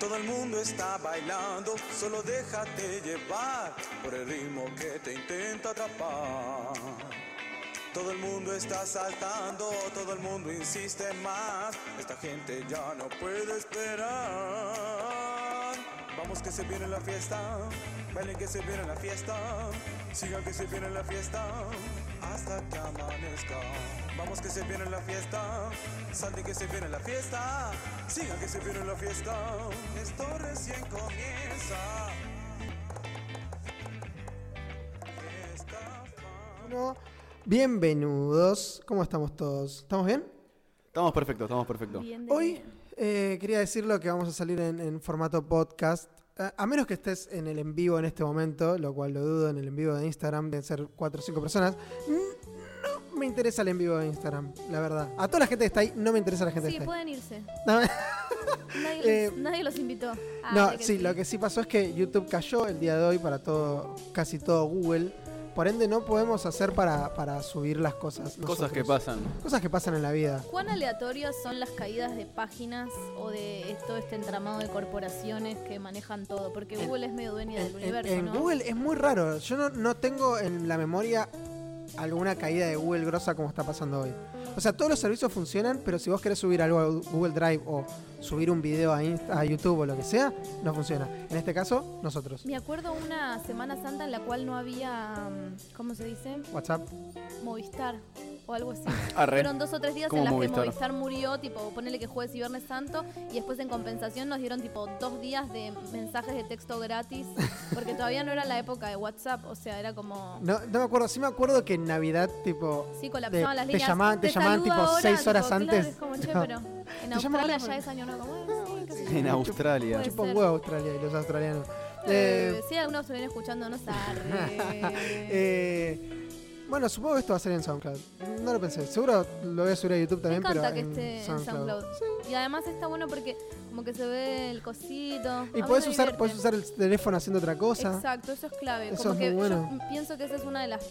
Todo el mundo está bailando, solo déjate llevar por el ritmo que te intenta atrapar. Todo el mundo está saltando, todo el mundo insiste más. Esta gente ya no puede esperar. Vamos que se viene la fiesta, bailen que se viene la fiesta, sigan que se viene la fiesta hasta que amanezca. Vamos que se viene la fiesta, salten que se viene la fiesta, sigan que se viene la fiesta. Esto recién comienza. Fiesta Bueno, bienvenidos. ¿Cómo estamos todos? ¿Estamos bien? Estamos perfectos, estamos perfectos. Bien de Hoy bien. eh, quería decirlo que vamos a salir en, en formato podcast. Ah, A- a menos que estés en el en vivo en este momento, lo cual lo dudo, en el en vivo de Instagram deben ser 4 o 5 personas. N- No me interesa el en vivo de Instagram, la verdad. A toda la gente que está ahí, no me interesa la gente Sí, que está ahí. pueden irse. No, Nadie, Eh, los, nadie los invitó. Ah, No, de que sí, lo que sí pasó es que YouTube cayó el día de hoy para todo, casi todo Google. Por ende, no podemos hacer para, para subir las cosas. Cosas nosotros. que pasan. Cosas que pasan en la vida. ¿Cuán aleatorias son las caídas de páginas o de todo este entramado de corporaciones que manejan todo? Porque En- Google es medio dueña del En, en- universo, en ¿no? Google es muy raro. Yo no, no tengo en la memoria alguna caída de Google grosa como está pasando hoy. O sea, todos los servicios funcionan, pero si vos querés subir algo a Google Drive o subir un video a, Insta- a YouTube o lo que sea, no funciona. En este caso, nosotros. Me acuerdo una Semana Santa en la cual no había, mm, ¿cómo se dice? WhatsApp. Movistar o algo así. Arre. Fueron dos o tres días ¿Cómo en las Movistar? que Movistar murió, tipo, ponele que jueves y viernes santo, y después en compensación nos dieron tipo dos días de mensajes de texto gratis, porque todavía no era la época de WhatsApp, o sea, era como... No, no me acuerdo. Sí me acuerdo que en Navidad, tipo, Sí, Te- colapsaban las te líneas. llamaban- te llamaban saludo tipo ahora, seis horas claro, antes. es como, che, No. pero en Te llaman Australia ahora. ya es año nuevo. Bueno, sí, qué sé yo. En Australia. Pues- chupa un ser. huevo Australia y los australianos. Eh, Eh, Si alguno estuviera escuchando, no sabe. Eh, bueno, supongo que esto va a ser en SoundCloud. No lo pensé. Seguro lo voy a subir a YouTube también, pero encanta que en, esté en SoundCloud. SoundCloud. Y además está bueno porque como que se ve el cosito. A Y mí podés me usar, divierte. podés usar el teléfono haciendo otra cosa. Exacto, eso es clave. Eso como es que muy bueno. yo pienso que esa es una de las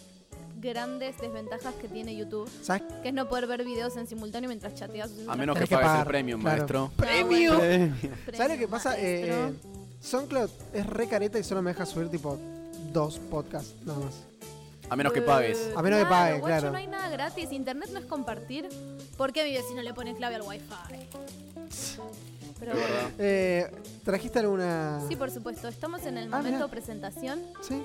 grandes desventajas que tiene YouTube, ¿Sabes? que es no poder ver videos en simultáneo mientras chateas. A menos que Tenés que pagues pagar, el premium, claro. maestro. Premium. Premium. ¿Sabes lo que pasa? Eh, Maestro. SoundCloud es re careta y solo me deja subir tipo dos podcasts nada más. A menos que pagues. A menos que pagues, guacho, claro. No hay nada gratis. Internet no es compartir. ¿Por qué mi vecino le pone clave al wifi? Pero Es bueno. verdad. Eh, ¿Trajiste alguna...? Sí, por supuesto. Estamos en el Ah, momento mirá. presentación. ¿Sí?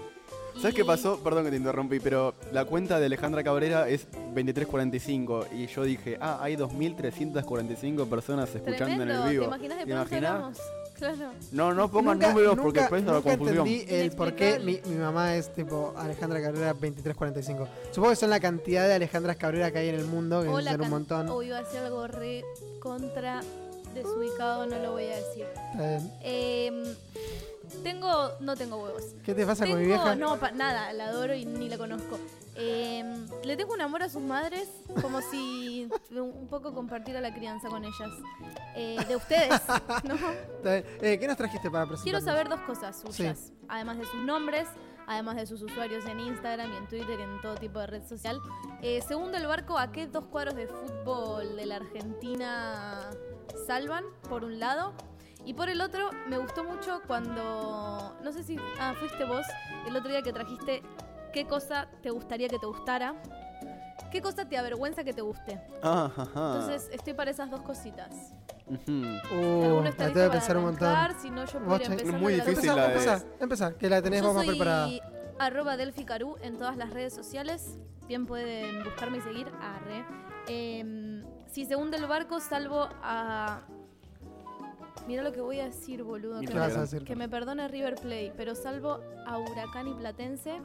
¿Sabes y- qué pasó? Perdón que te interrumpí, pero la cuenta de Alejandra Cabrera es 2345 y yo dije, ah, hay 2345 personas escuchando en Tremendo. el vivo. ¿Te imaginas de ¿Te pronto imaginás? éramos? Claro. No, no pongan Nunca- números nunca- porque después no la nunca confusión. entendí el por qué mi, mi mamá es tipo Alejandra Cabrera 2345. Supongo que son la cantidad de Alejandras Cabrera que hay en el mundo, que O deben la ser un can- montón. O iba a ser algo re contra desubicado, no lo voy a decir. Está bien. Em, tengo. No tengo huevos. ¿Qué te pasa con mi Tengo- vieja? No, pa- nada, la adoro y ni la conozco. Eh, le tengo un amor a sus madres, como si un poco compartiera la crianza con ellas. Eh, de ustedes, ¿no? Está bien. Eh, ¿Qué nos trajiste para presentar? Quiero saber dos cosas suyas, además de sus nombres, además de sus usuarios en Instagram y en Twitter y en todo tipo de red social. Eh, segundo, el barco, ¿a qué dos cuadros de fútbol de la Argentina salvan? Por un lado. Y por el otro, me gustó mucho cuando, no sé si ah, fuiste vos, el otro día que trajiste qué cosa te gustaría que te gustara, qué cosa te avergüenza que te guste. Ah, ajá. Entonces, estoy para esas dos cositas. Ujú. Uh, Alguno la está tengo que listo pensar para un montón. arrancar, si no yo Vos, podría Che. empezar Muy con la difícil otra. la de- empezá, empezá, que la tenés Yo vos más soy preparada. arroba delficarú en todas las redes sociales. Bien pueden buscarme y seguir. Arre. Em, si se hunde el barco, salvo a... Mira lo que voy a decir, boludo. Mira Que ¿Qué vas a me, decir? que me perdone River Play, pero salvo a Huracán y Platense.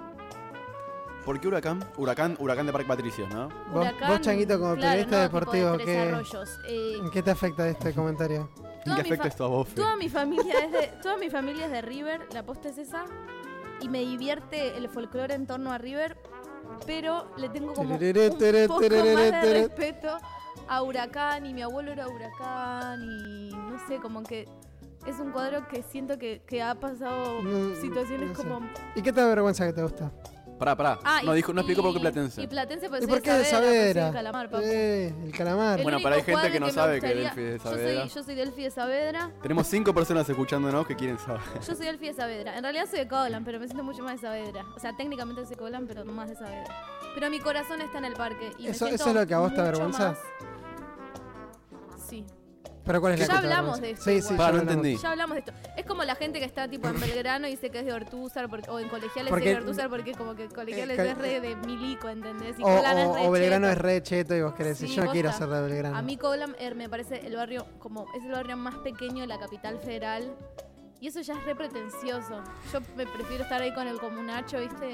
¿Por qué huracán? Huracán, huracán de Parque Patricios, ¿no? Vos, Huracán, vos, Changuito, como claro, periodista no, tipo de deportivo, Tres ¿qué, Arroyos. Eh, ¿en qué te afecta este comentario? ¿En Toda qué mi afecta fa- esto a vos? Fe? Toda mi familia es de, toda mi familia es de River, la posta es esa, y me divierte el folclore en torno a River, pero le tengo como un Tereré, tereré, poco más tereré, de tereré. respeto a Huracán, y mi abuelo era Huracán, y no sé, como que es un cuadro que siento que, que ha pasado No, situaciones no sé. como... ¿Y qué te da vergüenza que te gusta? pará, pará. Ah, no, y- dijo, no explicó por qué y- Platense. Y Platense pues ¿Y es por qué de Saavedra? pues es Calamar, papu. Eh, el calamar. El Bueno, único pero hay gente cuadro que no me sabe que gustaría- Delphi es de Yo soy- Saavedra. Yo soy Delphi de Saavedra. Tenemos cinco personas escuchándonos que quieren saber. Yo soy Delphi de Saavedra. En realidad soy de Coblan, pero me siento mucho más de Saavedra. O sea, técnicamente soy de Coblan, pero más de Saavedra. Pero mi corazón está en el parque. Y me Eso- siento eso es lo que a vos te mucho avergüenza. más- Sí. Pero ¿cuál es la Ya que te hablamos avergüenza? de esto Sí, igual. sí, Pará, ya no hablamos. entendí. Ya hablamos de esto. Es como la gente que está tipo en Belgrano y dice que es de Ortúzar porque- o en Colegiales Porque- es de Ortúzar porque como que Colegiales Eh, es re de Milico, ¿entendés? Y O, Coblan es o- re o Belgrano cheto. es re cheto y vos querés decir, Sí, yo no quiero posta. ser de Belgrano. A mí Coblan eh, me parece el barrio como es el barrio más pequeño de la capital federal y eso ya es re pretencioso. Yo me prefiero estar ahí con el comunacho, ¿viste?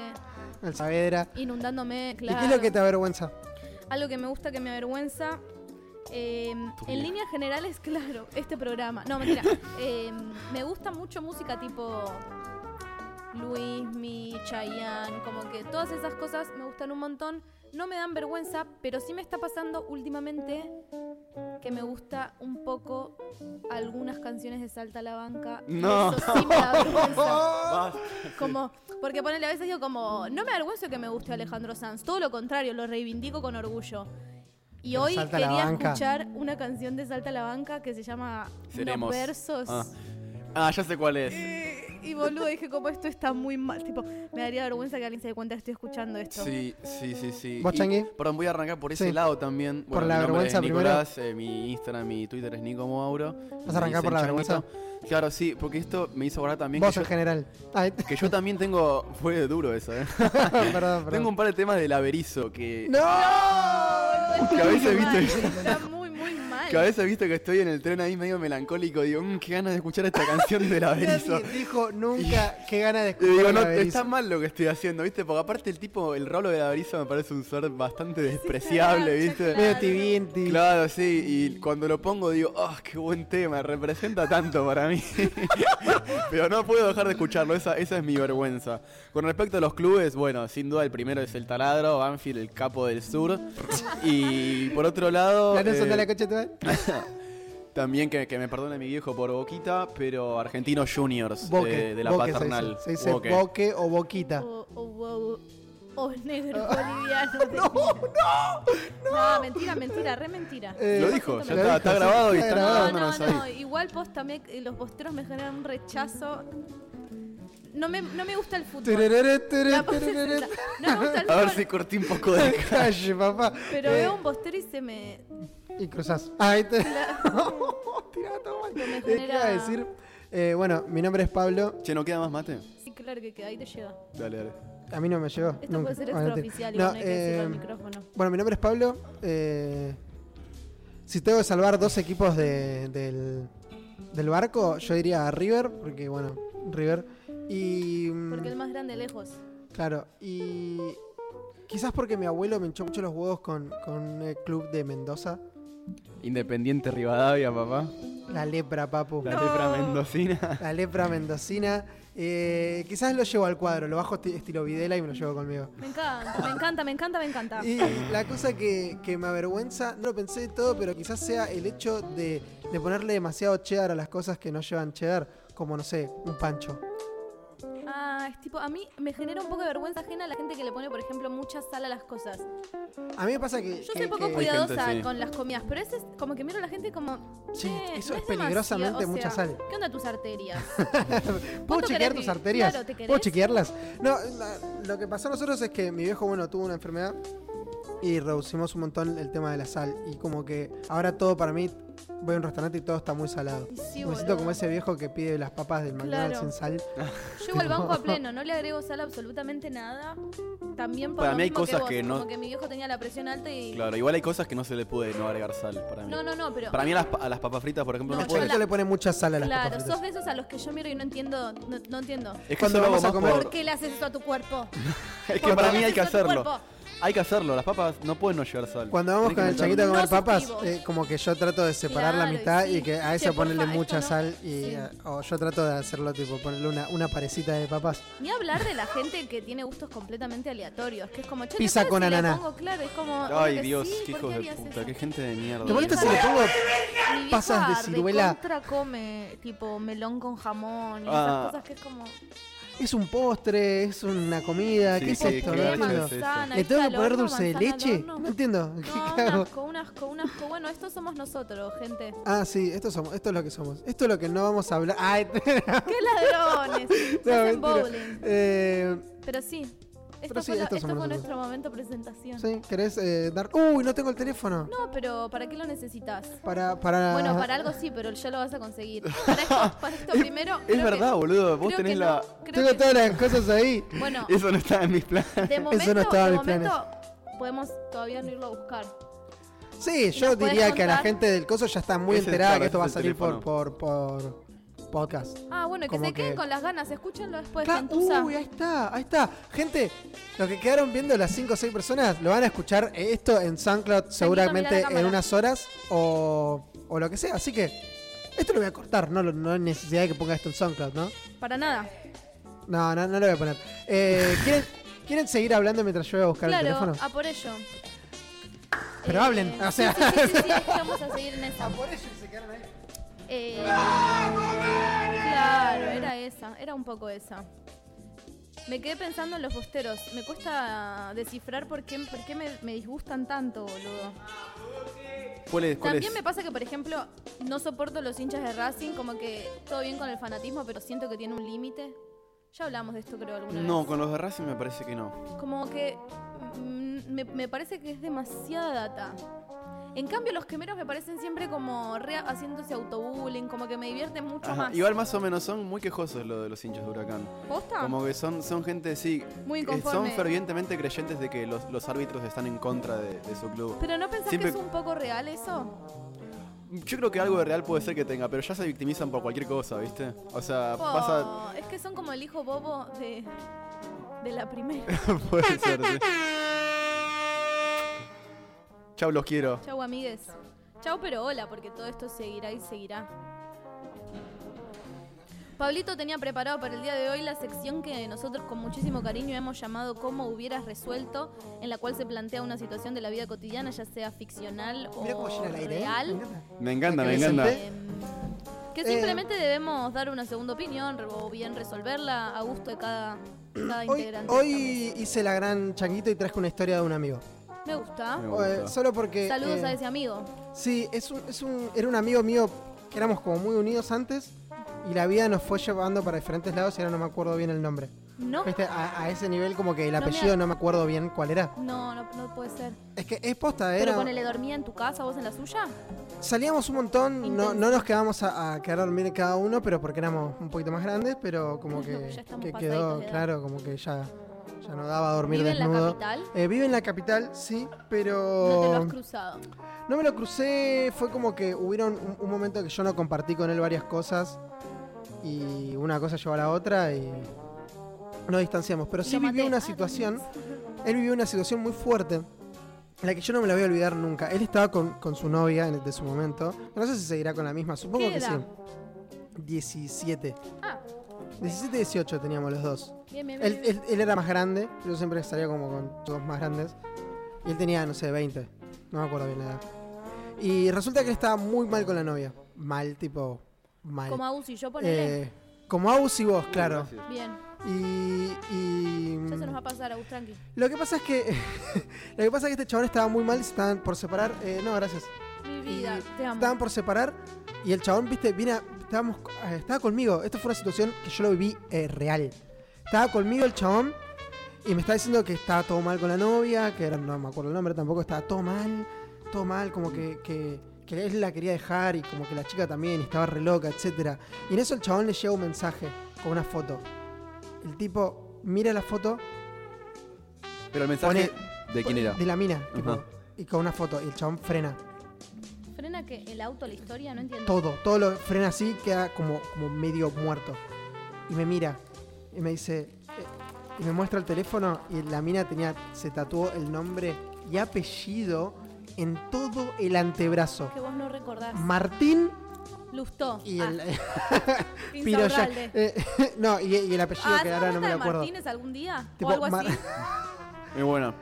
El Saavedra. Inundándome, claro. ¿Y qué es lo que te avergüenza? Algo que me gusta que me avergüenza eh, Tu en vieja. líneas generales, claro, este programa. No, mentira. Eh, me gusta mucho música tipo Luismi, Chayanne, como que todas esas cosas me gustan un montón. No me dan vergüenza, pero sí me está pasando últimamente que me gusta un poco algunas canciones de Salta a la Banca. y No. Eso sí me da vergüenza. Ah, Como, porque ponele a veces digo como, no me avergüenzo que me guste Alejandro Sanz, todo lo contrario, lo reivindico con orgullo. Y Pero hoy Salta a la quería Banca. escuchar una canción de Salta a la Banca que se llama Unos Seremos. versos. Ah. Ah, ya sé cuál es. Y, y boludo, dije como esto está muy mal, tipo, me daría vergüenza que alguien se dé cuenta que estoy escuchando esto. Sí, sí, sí, sí. ¿Vos, Y- Chanqui? Perdón, voy a arrancar por ese Sí. lado también. Por Bueno, la mi nombre vergüenza es primero. Nicolás, eh, mi Instagram, mi Twitter es Nico Mauro. ¿Vas a arrancar por la vergüenza? Claro, sí, porque esto me hizo acordar también que Vos en yo, general. Ay, que yo también tengo... Fue duro eso, ¿eh? perdón, perdón. Tengo un par de temas del averizo que... ¡No! Boludo, está Que a muy veces, mal, viste- Está muy, muy mal. Que a veces visto que estoy en el tren ahí medio melancólico y digo, mmm, qué ganas de escuchar esta canción del averizo. Nadie dijo nunca qué gana de Y escuchar digo, el no, Averizo. está mal lo que estoy haciendo, ¿viste? Porque aparte el tipo, el rolo del averizo me parece un ser bastante despreciable, claro, ¿viste? claro. Medio tibienti. Claro, sí, y cuando lo pongo digo, ¡ah, qué buen tema! Representa tanto para mí. Pero no puedo dejar de escucharlo, esa, esa es mi vergüenza. Con respecto a los clubes, bueno, sin duda el primero es el Taladro, Banfield, el capo del sur. Y por otro lado. ¿La no son de eh, la coche toda? También que, que me perdone mi viejo por Boquita, pero Argentinos Juniors Boque. eh, de la boque se paternal. dice. Se dice Boque. boque, o boquita. O, o, o- o negro boliviano. no, no, no. mentira, mentira, re mentira. Eh, Lo dijo, ya Lo está, está dijo, sí, grabado y está está grabado. No, grabando no, no, ahí. igual posta, me- eh, los posteros me generan un rechazo. No me, no me gusta el fútbol. Tereré, tereré, La posta es tereré. esa. No me gusta el A ver si fútbol, corté un poco de... Calle, papá. pero Eh, veo un postero y se me... Y cruzás. Ahí te. la- Tirá, toma. Eh, ¿Qué genera- iba a decir? Eh, bueno, mi nombre es Pablo. Che, ¿no queda más mate? Sí, claro que queda, ahí te llega. Dale, dale. A mí no me llegó. Esto nunca. puede ser Bueno, te- extraoficial, no, igual no hay que decirlo al eh, micrófono. Bueno, mi nombre es Pablo. eh, si tengo que salvar dos equipos de- del, del barco, yo diría a River, porque bueno, River. Y. mm, Porque el más grande lejos. Claro, y. Quizás porque mi abuelo me hinchó mucho los huevos con, con el club de Mendoza. Independiente Rivadavia, papá. La lepra, papu. La lepra mendocina. La lepra mendocina. Eh, quizás lo llevo al cuadro, lo bajo esti- estilo Videla y me lo llevo conmigo. Me encanta, me encanta, me encanta, me encanta. Y la cosa que, que me avergüenza, no lo pensé de todo, pero quizás sea el hecho de, de ponerle demasiado cheddar a las cosas que no llevan cheddar, como no sé, un pancho. Ah, es tipo, a mí me genera un poco de vergüenza ajena la gente que le pone, por ejemplo, mucha sal a las cosas. A mí me pasa que. Yo que- soy poco que- cuida- cuidadosa gente, sí. con las comidas, pero es como que miro a la gente como. Sí, "Che, eso no es peligrosamente demasiado", mucha o sea, sal. ¿Qué onda tus arterias? ¿Puedo te chequear querés tus vi- arterias? claro, ¿te querés? ¿Puedo chequearlas? No, la- lo que pasó a nosotros es que mi viejo, bueno, tuvo una enfermedad y reducimos un montón el tema de la sal. Y como que ahora todo para mí, voy a un restaurante y todo está muy salado. Y sí, Me siento boludo. como ese viejo que pide las papas del McDonald's Claro. sin sal. Llego al banco a pleno, no le agrego sal a absolutamente nada. También por Para lo mí hay mismo cosas vos, que no- Como que mi viejo tenía la presión alta y. Claro, igual hay cosas que no se le puede no agregar sal para mí. No, no, no, pero. Para mí a las, pa- a las papas fritas, por ejemplo, No, no, yo Por puedo. la- eso le pone mucha sal a las Claro, papas. sos fritas. de esos a los que yo miro y no entiendo. No, no entiendo. Es que Cuando eso lo vamos hago a más comer- por- ¿Por qué le haces eso a tu cuerpo? Es ¿Por que qué para le mí hay que haces eso a tu hacerlo. cuerpo? Hay que hacerlo, las papas no pueden no llevar sal. Cuando vamos Tenés con que el meterle- changuito a comer No papas, suscribo. eh, como que yo trato de separar la Claro, mitad sí. y que a Che, esa ponerle porfa, esto mucha no. sal y Sí. eh, o yo trato de hacerlo tipo ponerle una, una parecita de papas. Ni hablar de la gente que tiene gustos completamente aleatorios, que es como, che, ¿te Pizza parece con si le ananá. pongo? claro, es como, Ay, obvio que Dios, sí, qué ¿por hijos de harías puta, eso? qué gente de mierda. ¿Te molesta vieja- si le pongo Mi vieja pasas de ciruela? contra come tipo melón con jamón y Ah. esas cosas que es como. es un postre, es una comida, Sí, ¿qué es sí, esto? No claro, entiendo. sí, ¿Le tengo que poner horno, dulce de manzana al leche? horno. No entiendo. ¿Qué No, un cago? asco, un asco, un asco. Bueno, estos somos nosotros, gente. Ah, sí, esto somos, esto es lo que somos. Esto es lo que no vamos a hablar. Ay, ¡Qué ladrones! Se no, hacen mentira. bowling. Eh, Pero sí, esto Pero sí, fue, lo- estos esto somos fue nosotros. nuestro momento presentación. sí, ¿querés eh, dar? Uy, no tengo el teléfono. No, pero ¿para qué lo necesitas? Para, para. Bueno, para algo sí, pero ya lo vas a conseguir. Para esto, para esto primero. Es creo que- verdad, boludo. Vos creo que tenés no, la. creo Tengo que- todas las cosas ahí. Bueno, Eso no está en mis planes. de momento, estaba de en mis planes. momento podemos todavía no irlo a buscar. Sí, yo nos podés diría que a la contar? gente del coso ya está muy Ese es- enterada claro, que esto va a ese es el salir por, por, por podcast. Ah, bueno, que Como se queden que- con las ganas, escúchenlo después, Cla- gentuza. Uy, ahí está, ahí está. Gente, los que quedaron viendo las 5 o 6 personas lo van a escuchar esto en SoundCloud seguramente cámara. en unas horas o, o lo que sea. Así que esto lo voy a cortar, no, lo- no hay necesidad de que ponga esto en SoundCloud, ¿no? Para nada. No, no, no lo voy a poner. Eh, ¿quieren, ¿Quieren seguir hablando mientras yo voy a buscar el Claro, teléfono? a por ello. Eh, Pero hablen, o sí, sea. Sí, sí, sí, sí, es que vamos a seguir en esa. por ello se quedaron ahí. Eh, claro, era esa, era un poco esa. Me quedé pensando en los posteros. Me cuesta descifrar por qué, por qué me, me disgustan tanto, boludo. ¿Cuál es? ¿Cuál También es? me pasa que, por ejemplo, no soporto los hinchas de Racing, como que todo bien con el fanatismo, pero siento que tiene un límite. Ya hablamos de esto, creo, alguna No, vez. con los de Racing me parece que no. Como que mm, me, me parece que es demasiada data. En cambio, los quemeros me parecen siempre como re haciéndose autobullying, como que me divierten mucho Ajá, más. Igual más o menos son muy quejosos lo de los hinchas de Huracán. ¿Posta? Como que son, son gente, sí, Ah. Muy que son inconforme. fervientemente creyentes de que los, los árbitros están en contra de, de su club. ¿Pero no pensás Siempre- que es un poco real eso? Yo creo que algo de real puede ser que tenga, pero ya se victimizan por cualquier cosa, ¿viste? O sea, Po, pasa... Oh, Es que son como el hijo bobo de, de la primera. puede ser, sí. Chau, los quiero. Chau, amigues. Chau, pero hola, porque todo esto seguirá y seguirá. Pablito tenía preparado para el día de hoy la sección que nosotros con muchísimo cariño hemos llamado Cómo hubieras resuelto, en la cual se plantea una situación de la vida cotidiana, ya sea ficcional Mira cómo o llena el aire. ¿eh? Me real. encanta. Me encanta, Porque me me encanta. senté- Eh, que Eh. simplemente debemos dar una segunda opinión o bien resolverla a gusto de cada, cada Hoy, integrante. hoy hice la gran changuito y traje una historia de un amigo. Me gusta. Me Eh, gusta. solo porque. Saludos eh, a ese amigo. Sí, es un, es un- era un amigo mío que éramos como muy unidos antes y la vida nos fue llevando para diferentes lados y ahora no me acuerdo bien el nombre. ¿No? Viste, a, a ese nivel como que el No me apellido ac- no me acuerdo bien cuál era. No, no, no puede ser. Es que es posta, Pero era... con le dormía en tu casa, vos en la suya. Salíamos un montón, no, Intenso. no nos quedábamos a, a quedar a dormir cada uno, pero porque éramos un poquito más grandes, pero como Ya que, estamos que pasaditos quedó, de edad. claro, como que ya, ya no daba a dormir Vive en la desnudo. capital. Eh, vive en la capital, sí, No te lo pero... has cruzado. No me lo crucé, fue como que hubieron un, un momento que yo no compartí con él varias cosas y una cosa llevó a la otra y nos distanciamos. Pero sí Lo vivió maté. una Ah, situación, él vivió una situación muy fuerte, en la que yo no me la voy a olvidar nunca. Él estaba con, con su novia en- de su momento, no sé si seguirá con la misma, supongo ¿Qué que edad? sí. 17. Ah, 17, 18 teníamos los dos. bien, bien, bien. Él, bien. él- él era más grande, yo siempre salía como con todos más grandes. Y él tenía, no sé, 20. No me acuerdo bien la edad. Y resulta que él estaba muy mal con la novia. Mal, tipo, mal. Como a Uzi, yo ponele. Eh, como Agus y vos, claro. Gracias. bien, Y, y- mm, ya se nos va a pasar, Agus, tranqui. Lo que pasa es que. lo que pasa es que este chabón estaba muy mal, se estaban por separar. Eh, no, gracias. Mi vida, te amo. Estaban por separar y el chabón, viste, viene a- estábamos, eh, estaba conmigo. Esta fue una situación que yo lo viví eh, real. Estaba conmigo el chabón y me estaba diciendo que estaba todo mal con la novia, que era, no me acuerdo el nombre tampoco, estaba todo mal, todo mal, como que, que, que él la quería dejar y como que la chica también y estaba re loca, etc. Y en eso el chabón le llega un mensaje con una foto. El tipo mira la foto Pero el mensaje... ¿De quién era? de la mina, tipo, Ajá. y con una foto, y el chabón frena. Frena que el auto, la historia, no entiendo. todo, todo lo frena así, queda como, como medio muerto. Y me mira y me dice, eh, y me muestra el teléfono y la mina tenía, se tatuó el nombre y apellido en todo el antebrazo. Que vos no recordás. Martín Lustó. y Ah, el... eh, Piro ya- Insaurralde. eh, no, y, y el apellido Ah, que ¿hacemos ahora no esta me de lo acuerdo. Martínez algún día? Tipo, o algo Mar- así. Muy bueno.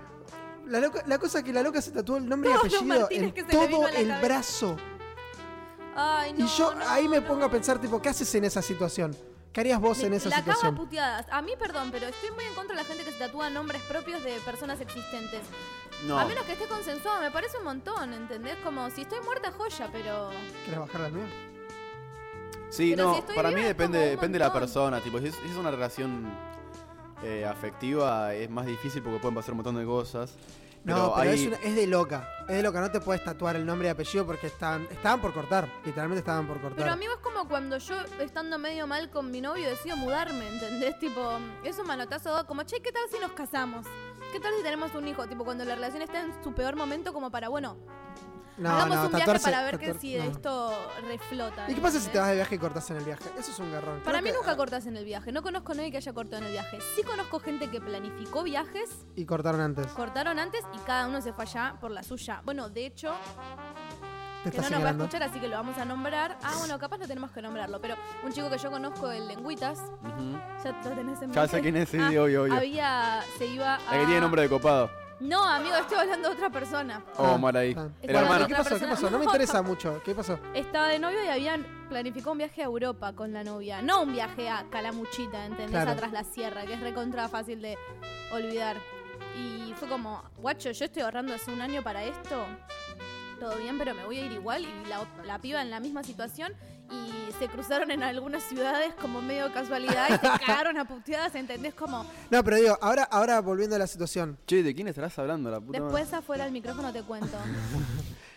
La, loca- la cosa es que la loca se tatuó el nombre y Todos los apellido Martínez en que se le vino todo a la el cabeza. brazo. Ay, no, y yo no, ahí me no. pongo a pensar, tipo, ¿qué haces en esa situación? ¿Qué harías vos en Me- esa la situación? acaba puteadas. A mí, perdón, pero estoy muy en contra de la gente que se tatúa nombres propios de personas existentes. No. A menos que esté consensuado, me parece un montón, ¿entendés? Como si estoy muerta, joya, pero. ¿Querés bajar la mía? Sí, Pero no, si estoy para mí viva es depende, como un depende de la montón. persona. Tipo, si es, si es una relación eh, afectiva, es más difícil porque pueden pasar un montón de cosas. No, pero, ahí- es, una- es de loca. Es de loca, no te puedes tatuar el nombre y apellido porque estaban, estaban por cortar. Literalmente estaban por cortar. Pero amigo, es como cuando yo, estando medio mal con mi novio, decido mudarme, ¿entendés? Tipo, es un manotazo dado, como, che, ¿qué tal si nos casamos? ¿Qué tal si tenemos un hijo? Tipo, cuando la relación está en su peor momento, como para, bueno, no, hagamos no, un viaje tatuarse- para ver que tatuar- si no. esto reflota. ¿Y qué pasa si te ¿entendés? vas de viaje y cortás en el viaje? Eso es un garrón. Para Creo mí que- nunca cortas en el viaje. No conozco a nadie que haya cortado en el viaje. Sí conozco gente que planificó viajes, Y cortaron antes. cortaron antes y cada uno se fue allá por la suya. Bueno, de hecho, Te que no nos estás va a señalando. escuchar, así que lo vamos a nombrar. Ah, bueno, capaz no tenemos que nombrarlo, pero un chico que yo conozco, el Lenguitas, Ujú. ya lo tenés en Ya mente. sé quién es, sí, Ah, obvio, obvio. Había, se iba a... La que tiene nombre de copado. No, amigo, estoy hablando de otra persona. Oh, Ah, mal ahí. ah. El Bueno, hermano. ¿Qué Otra pasó? ¿Qué persona- pasó? No me interesa mucho. ¿Qué pasó? Estaba de novio y habían planificado un viaje a Europa con la novia. No un viaje a Calamuchita, ¿entendés? Claro. Atrás la sierra, que es recontra fácil de olvidar. Y fue como, guacho, yo estoy ahorrando hace un año para esto. Todo bien, pero me voy a ir igual. Y la, ot- la piba en la misma situación. Y se cruzaron en algunas ciudades como medio casualidad. Y se cagaron a puteadas, ¿entendés? Como, No, pero digo, ahora, ahora volviendo a la situación. Che, ¿de quién estarás hablando, la puta madre? después afuera del micrófono te cuento.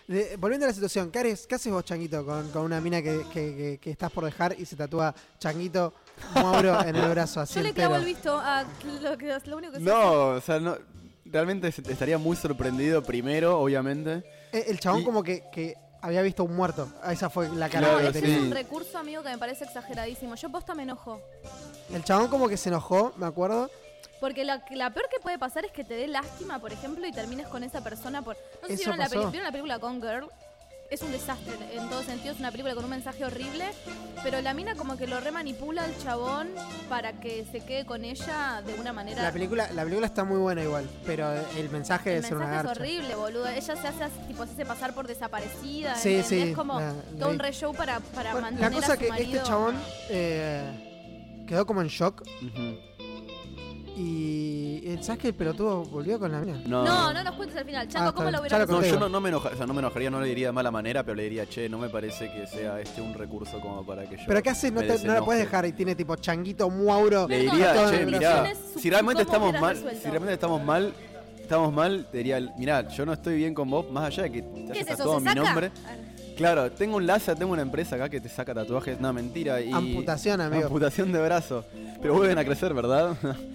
De- volviendo a la situación, ¿qué haces, qué haces vos, Changuito, con, con una mina que, que- que- que estás por dejar y se tatúa Changuito Mauro en el brazo así Yo le entero? clavo el visto a lo, que, lo único que sé No, o sea, no. Realmente se- estaría muy sorprendido primero, obviamente. Eh, El chabón Y- como que, que había visto un muerto. Ah, Esa fue la cara No, Claro, que ese tenía. es sí. un recurso, amigo, que me parece exageradísimo. Yo posta me enojo. El chabón como que se enojó, me acuerdo. Porque la, la peor que puede pasar es que te dé lástima, por ejemplo, y termines con esa persona por... No sé si Eso vieron la, peli- pasó. vieron la película Con Girl. Es un desastre en todo sentido, es una película con un mensaje horrible, pero la mina como que lo remanipula al chabón para que se quede con ella de una manera... La película, la película está muy buena igual, pero el mensaje El es una mensaje es garcha. horrible, boludo. Ella se hace as- tipo se hace pasar por desaparecida, Sí, ¿entendés? sí, como la- todo un la- re show para, para Bueno, mantener la cosa a su que marido. este chabón eh, quedó como en shock Ujú. y eh, ¿sabes que el pelotudo volvió con la mina? No. No, no nos cuentes al final. Chaco, Ah, ¿cómo está lo bien. Ya lo hubieras No, conté. yo no, no me enoja- o sea, no me enojaría, no le diría de mala manera, pero le diría, che, no me parece que sea este un recurso como para que yo. Pero ¿qué haces? No, me te- no la desenoje. puedes dejar y tiene tipo changuito Mauro. Le Perdón, diría, las che, mirá, condiciones, si realmente ¿cómo estamos hubieras mal, resuelto? si realmente estamos mal, estamos mal, te diría, mirá, yo no estoy bien con vos, más allá de que te ¿Qué hayas es eso? tatuado ¿Se mi saca? nombre. Ah. Claro, tengo un láser, tengo una empresa acá que te saca tatuajes, no, mentira. Y... Amputación, amigo. Amputación de brazo. Pero vuelven a crecer, ¿verdad?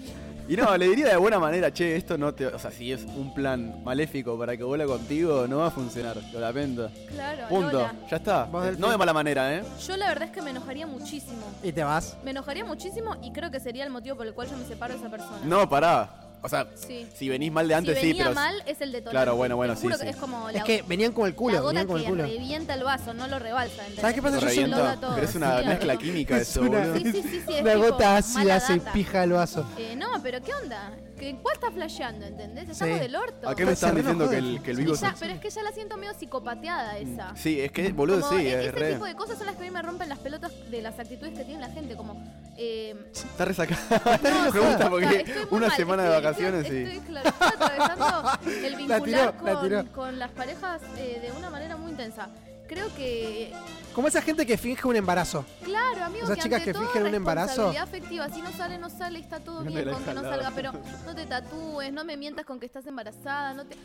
y no, le diría de buena manera, che, esto no te. O sea, si es un plan maléfico para que vuela contigo, no va a funcionar, lo lamento. Claro, Punto, Lola. ya está. Vos, Eh, Delfín. No de mala manera, ¿eh? Yo la verdad es que me enojaría muchísimo. Y te vas. Me enojaría muchísimo y creo que sería el motivo por el cual yo me separo de esa persona. No, pará. O sea, Sí. si venís mal de antes, si venía sí, pero. mal es el detonante. Claro, bueno, bueno, Te juro sí, que sí. Es como la, Es que venían con el la culo, gota venían con el que culo. revienta el vaso, no lo rebalsa. ¿entendés? ¿Sabes qué pasa? lo Yo soy Lo revienta. da todo, Pero es una sí, mezcla amigo. química eso, boludo. Sí, sí, sí, sí, es una tipo gota ácida mala hace data. pija el vaso. Eh, no, pero ¿qué onda? ¿Qué, ¿Cuál está flasheando? ¿Entendés? Estamos Sí. del orto. ¿A qué me están Se re diciendo enojó que de- el, que el Y vivo ya- se- pero es que ya la siento medio psicopateada esa. Sí, es que, boludo, Como, sí, e- es ese re. tipo de cosas son las que a mí me rompen las pelotas de las actitudes que tiene la gente. Como, eh, Está resacada. Me gusta Está- porque estoy muy una mal, semana de estoy- vacaciones estoy, y. Estoy, claro, estoy atravesando el vincular tiró, la con, tiró. con las parejas eh, de una manera muy intensa. Creo que, Como esa gente que finge un embarazo. claro, amigo, Esas que chicas ante que todo fingen un embarazo. responsabilidad afectiva, si no sale, no sale, está todo No me bien la con que no jalaba. salga, pero no te tatúes, no me mientas con que estás embarazada, no te...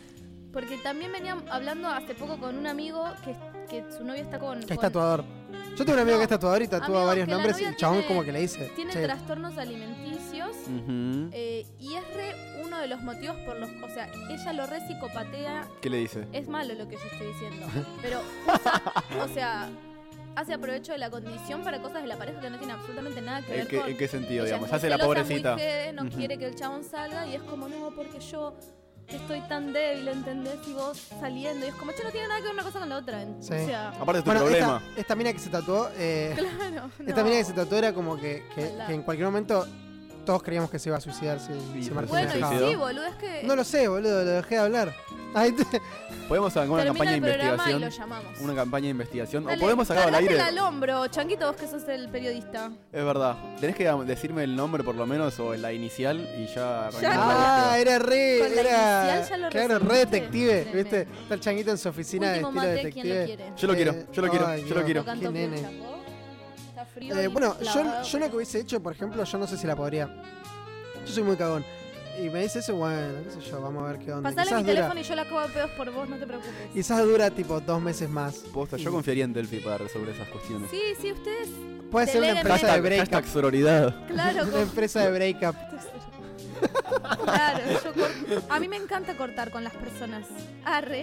Porque también venía hablando hace poco con un amigo que, que su novia está con... Que con- es tatuador. Yo tengo un amigo No. que es tatuador y tatúa Amigo, varios que la nombres y novia el chabón tiene- como que le dice. Tiene "Che, trastornos alimenticios. Ujú. Eh, y es re uno de los motivos por los. O sea, ella lo re psicopatea. ¿Qué le dice? Es malo lo que yo estoy diciendo. Pero usa- o sea, hace aprovecho de la condición para cosas de la pareja que no tiene absolutamente nada que ver ¿En qué, con. en qué Ella sentido, es digamos? muy Hace la celosa, muy pobrecita. jede, no Ujú. quiere que el chabón salga y es como, no, porque yo estoy tan débil, ¿entendés? Y vos saliendo. Y es como, che, no tiene nada que ver una cosa con la otra. en- Sí. O sea, Aparte es tu Bueno, Este problema. esta, esta mina que se tatuó, eh, claro. esta no. mina que se tatuó era como que, que- Maldad. que en cualquier momento todos creíamos que se iba a suicidar si, si Martín pero se Bueno, dejaba. y suicidó. sí, boludo, es que. No lo sé, boludo, lo dejé de hablar. Ahí te- Podemos hacer una Termina campaña de el programa y lo investigación. llamamos. Una campaña de investigación. Dale, o podemos sacar al aire. cagátela al hombro, Changuito, vos que sos el periodista. Es verdad. Tenés que decirme el nombre por lo menos o la inicial y ya Ya. arrancamos la Ah, búsqueda. era re. Con la Era, inicial ya lo claro, re resolviste. detective. Tremendo. ¿Viste? Está el changuito en su oficina Último de estilo mate, ¿quién lo detective. quiere? Yo lo quiero, Eh, yo lo quiero, ay, yo lo no. quiero. Lo cantó Qué bien, nene. Chango. Está frío. Eh, y bueno, yo, clavado, yo lo que hubiese hecho, por ejemplo, yo no sé si la podría. Yo soy muy cagón. Y me dice eso, bueno, qué sé yo, vamos a ver qué onda. Pasale Quizás mi dura, teléfono y yo la cojo a pedos por vos, no te preocupes. quizás dura tipo dos meses más. Posta, yo Y- confiaría en Delphi para resolver esas cuestiones. Sí, sí, ustedes, Puede ser una Deléguenme. empresa de Hashtag, breakup. hashtag sororidad. claro, Una con- empresa de breakup. claro, yo cor- a mí me encanta cortar con las personas. Arre.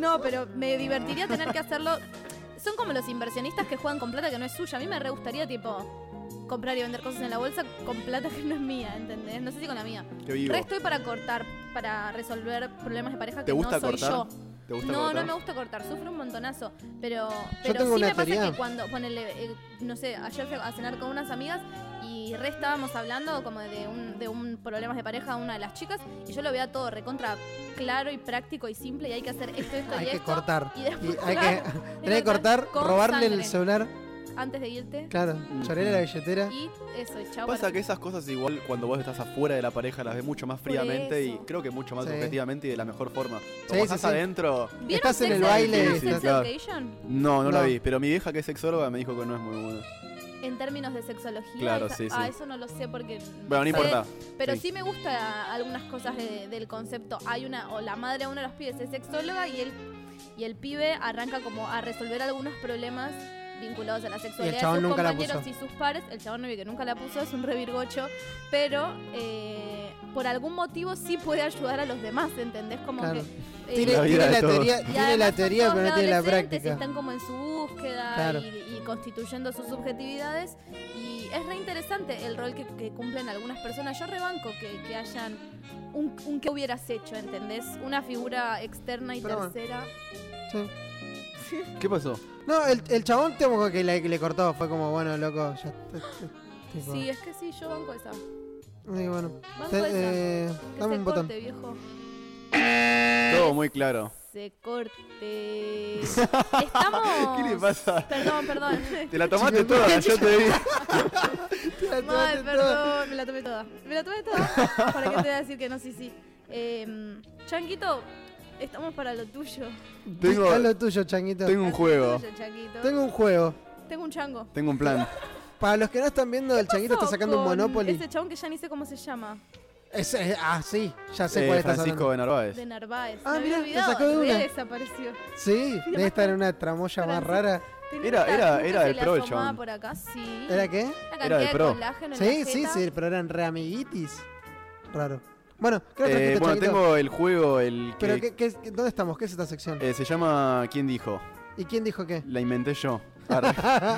No, pero me divertiría tener que hacerlo. Son como los inversionistas que juegan con plata que no es suya. A mí me re gustaría, tipo, comprar y vender cosas en la bolsa con plata que no es mía, ¿entendés? No sé si con la mía. Qué vivo. Re estoy para cortar, para resolver problemas de pareja ¿Te que gusta no soy cortar? yo. ¿Te gusta no, cortar? no me gusta cortar, sufro un montonazo. Pero, pero tengo sí una me pasa teoría. que cuando, ponele, eh, no sé, ayer fui a cenar con unas amigas y re estábamos hablando como de un, de un problema de pareja a una de las chicas y yo lo veía todo recontra claro y práctico y simple y hay que hacer esto, esto Hay y que esto. cortar. Y después, Y hay que, claro, tenés que cortar, con robarle el sangre. celular. Antes de irte. Claro, Ujú. chorele la billetera. Y eso, y chao. Pasa para- que esas cosas igual cuando vos estás afuera de la pareja las ves mucho más Por fríamente y eso. creo que mucho más Sí. objetivamente y de la mejor forma. Sí, Cuando sí, estás sí. adentro, ¿Vieron Estás en Sex el Ed- baile. ¿vieron Sí, sí, Sex claro. Education? no, no, la No. vi, pero mi vieja que es sexóloga me dijo que no es muy buena. En términos de sexología. Claro, esa- sí, sí. Ah, eso no lo sé porque. Bueno, no sé- importa. Pero Sí. sí, me gusta algunas cosas de- del concepto. Hay una, o la madre de uno de los pibes es sexóloga y el, y el pibe arranca como a resolver algunos problemas vinculados a la sexualidad de chabón sus nunca la compañeros puso. y sus pares. El chabón no vi que nunca la puso, es un revirgocho, pero eh, por algún motivo sí puede ayudar a los demás, ¿entendés? Como que... Claro. eh, Tiene, La vida tiene de la todos. teoría, y tiene además la son teoría todos pero no tiene la adolescentes y práctica. Están como en su búsqueda Claro. y, y constituyendo sus subjetividades. Y es re interesante el rol que, que cumplen algunas personas. Yo rebanco que, que hayan un, un qué hubieras hecho, ¿entendés? Una figura externa y Pero bueno. tercera. Sí. ¿Qué pasó? No, el, el chabón tengo que le, que le cortó. Fue como, bueno, loco, ya. te- te- tipo, Sí, es que sí, yo banco esa. y bueno, Banco te- esa. eh, Que dame se un botón. corte, viejo. Todo muy claro. Se corte. Estamos. ¿Qué le pasa? Perdón, perdón. Te la tomaste toda, yo te vi. Mal, perdón, me la tomé toda. Me la tomé toda. ¿Para qué te voy a decir que no? Sí, sí. Em, Changuito, estamos para lo tuyo. Haz Tengo, lo tuyo, changuito. tengo un Para lo juego, tuyo, Changuito. Tengo... Tengo un juego. un chango. tengo un plan. Para los que no están viendo, el changuito está Pasó sacando un con Monopoly. Ese chabón que ya ni sé cómo se llama. Es- eh, ah, sí, ya sé Eh, cuál estás Francisco hablando. de De Narváez. Narváez. Ah, Me había mirá, lo olvidado, sacó de re una. desapareció. eh. Sí, debe estar en una tramoya más Francisco. rara. Tenía Era- una era- nuca era que del le pro el asomaba chabón. por acá, sí. ¿Era qué? Una Era del cantidad de pro. colágeno en Sí, la sí, jeta. sí, pero eran re amiguitis. Raro. Bueno, creo que Eh, trajiste, bueno, Changuito. tengo el juego, el Pero que qué- qué- qué- ¿dónde estamos? ¿Qué es esta sección? eh, se llama ¿Quién dijo? ¿Y quién dijo qué? La inventé yo. Arre.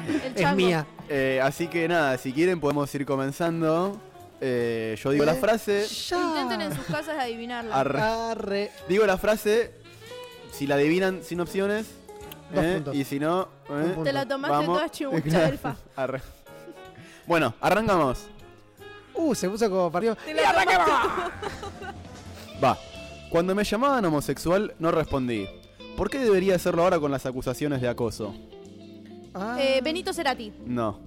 El es chango. mía. Eh, así que nada, si quieren podemos ir comenzando. Eh, yo digo Eh, la frase. Intenten Ya. en sus casas adivinarla. Arre. Arre. Digo la frase. Si la adivinan sin opciones. Dos eh, puntos. y si no. eh, Un punto. Te la tomaste vamos. toda chibucha, elfa. Arre. Bueno, arrancamos. Uh, se puso como partido. Te la tomaste Va. Cuando me llamaban homosexual no respondí. ¿Por qué debería hacerlo ahora con las acusaciones de acoso? Ah, Eh, Benito Cerati. No.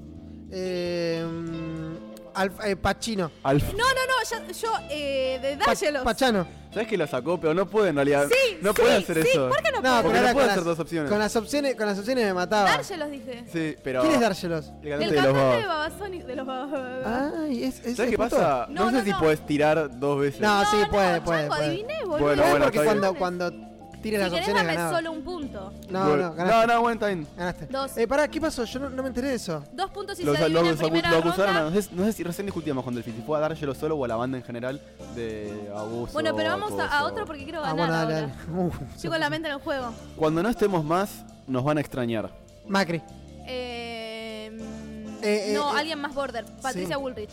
eh, mm, Alf- eh, Pachino. Alf. No, no, no, ya- yo eh, de Pa- dárselos. Pachano. ¿Sabes que lo sacó? Pero no puede en realidad. Sí, no sí, puede hacer sí, eso. ¿por qué no, No, puedo? Porque pero no ahora puede con hacer las- dos opciones. Con las opciones, con las opciones me mataba. Dárselos, dije. Sí, pero. ¿Quién es dárselos? El El cantante de los cantante de Babas. Babasónicos. De los Babasónicos. Ay, es, es ¿Sabes es qué puto. pasa? No, No, sé no, si no. puedes tirar dos veces. No, sí, puede, puede. Chango, puede. adiviné, boludo. Bueno, ¿Sabes bueno, porque está bien. cuando, cuando tires si las querés opciones dame ganaba. solo un punto. No, no, no, ganaste. no, bueno, está bien. ganaste. Dos. Eh, pará, ¿qué pasó? Yo no, no me enteré de eso. Dos puntos y Los, se adivina los en acu- primera lo ronda. acusaron, a- no sé, no sé si recién discutíamos con Delphi, si fue a dárselo solo o a la banda en general de abuso. Bueno, pero vamos a, a acoso. otro porque quiero Ah, ganar bueno, dale, ahora. dale. Uh, se Estoy con la puso. mente en el juego. Cuando no estemos más, nos van a extrañar. Macri. Eh, mm, Eh, eh, no, eh. alguien más border. Patricia Bullrich.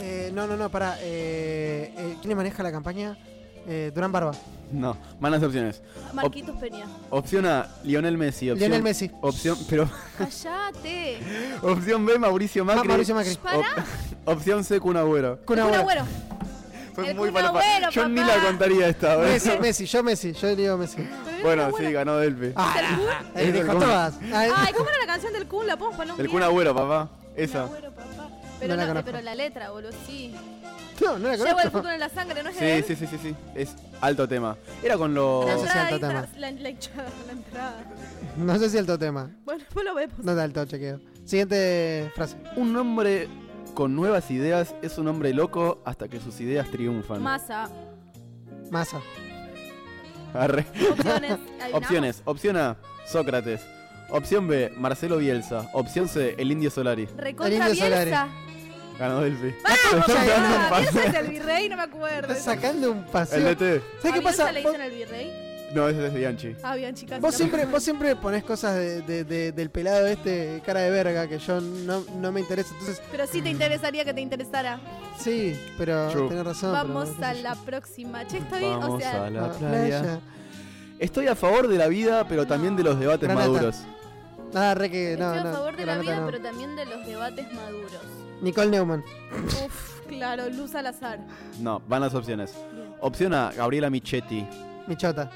Eh, no, no, no, pará. Eh, eh, ¿Quién maneja la campaña? Eh, Durán Barba. No, malas opciones. Marquitos Peña. Opción A, Lionel Messi. Opción, Lionel Messi. Opción, pero, Callate. opción B, Mauricio Macri. Ma- Mauricio Macri. Pará. Op- opción C, Kun Agüero. Kun Un Agüero. agüero. Fue El muy Kun para Agüero, Yo ni la papá. contaría esta vez. Messi, Messi, yo Messi, yo le digo Messi. Pero era una Bueno, buena- sí, ganó Delphi. Ah, ¿Es el Kun? eh, Es el dijo Kun. todas. Ay, Ay, ¿cómo era la canción del Kun? La podemos poner un El día? Kun Agüero, papá. Esa. Kun Agüero, papá. Pero, No la no, conozco. pero la letra, boludo, sí. no, no la Llevo el conozco. fútbol en la sangre, ¿no es de Sí, él? sí, sí, sí, sí. Es alto tema. Era con los. La No sé si entrada, alto ahí tema. tras- la, la hinchada, la entrada. No sé si el tema. Bueno, pues lo vemos. No da el todo chequeo. Siguiente frase. Un hombre con nuevas ideas es un hombre loco hasta que sus ideas triunfan. Masa, Masa. Arre. opciones. adivinamos. Opciones. Opción A, Sócrates. Opción B, Marcelo Bielsa. Opción C, el Indio Solari. El Recontra Indio Solari. Bielsa. Ganó Delphi. ¡Vamos, Está sacando papá! un Bielsa es el virrey, no me acuerdo. Estás sacando un paseo. El DT. ¿Sabes ¿A qué Bielsa pasa? le Vos, dicen el virrey? No, ese es Bianchi. Ah, bien, chicas. vos siempre, vos siempre ponés cosas de- de- de- del pelado este, cara de verga, que yo no, no me interesa. Entonces, Pero sí te interesaría que te interesara. sí, pero Chu. tenés razón. pero Vamos no sé a yo. la próxima. Che, estoy, o Vamos sea, a Ah, la playa. Estoy a favor de la vida, pero también de los debates Granata. maduros. Nada, Ah, re que no, estoy no, a favor de la Granata vida, no. pero también de los debates maduros. Nicole Neumann. Uf, claro, luz al azar. No, van las opciones. Bien. Opción A, Gabriela Michetti. Michota.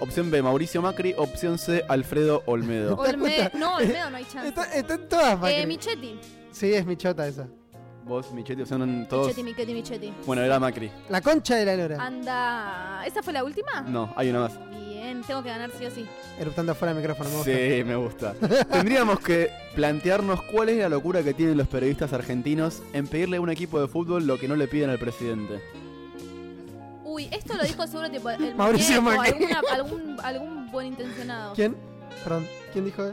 Opción B, Mauricio Macri. Opción C, Alfredo Olmedo. das Olme... cuenta? No, Olmedo no hay chance. Está- están todas Macri. Ah. Eh, Michetti. Sí, es Michota esa. Vos, Michetti, son todos. Michetti, Michetti, Michetti. Bueno, era Macri. La concha de la Ah. lora. Anda. ¿Esa fue la última? No, hay una más. Bien, tengo que ganar sí o sí. Eruptando fuera del micrófono. me gusta. Sí, me gusta. Tendríamos que plantearnos cuál es la locura que tienen los periodistas argentinos en pedirle a un equipo de fútbol lo que no le piden al presidente. Uy, esto lo dijo seguro tipo el Mauricio muñeco, Macri. alguna- algún, algún buen intencionado. ¿Quién? Perdón, ¿quién dijo?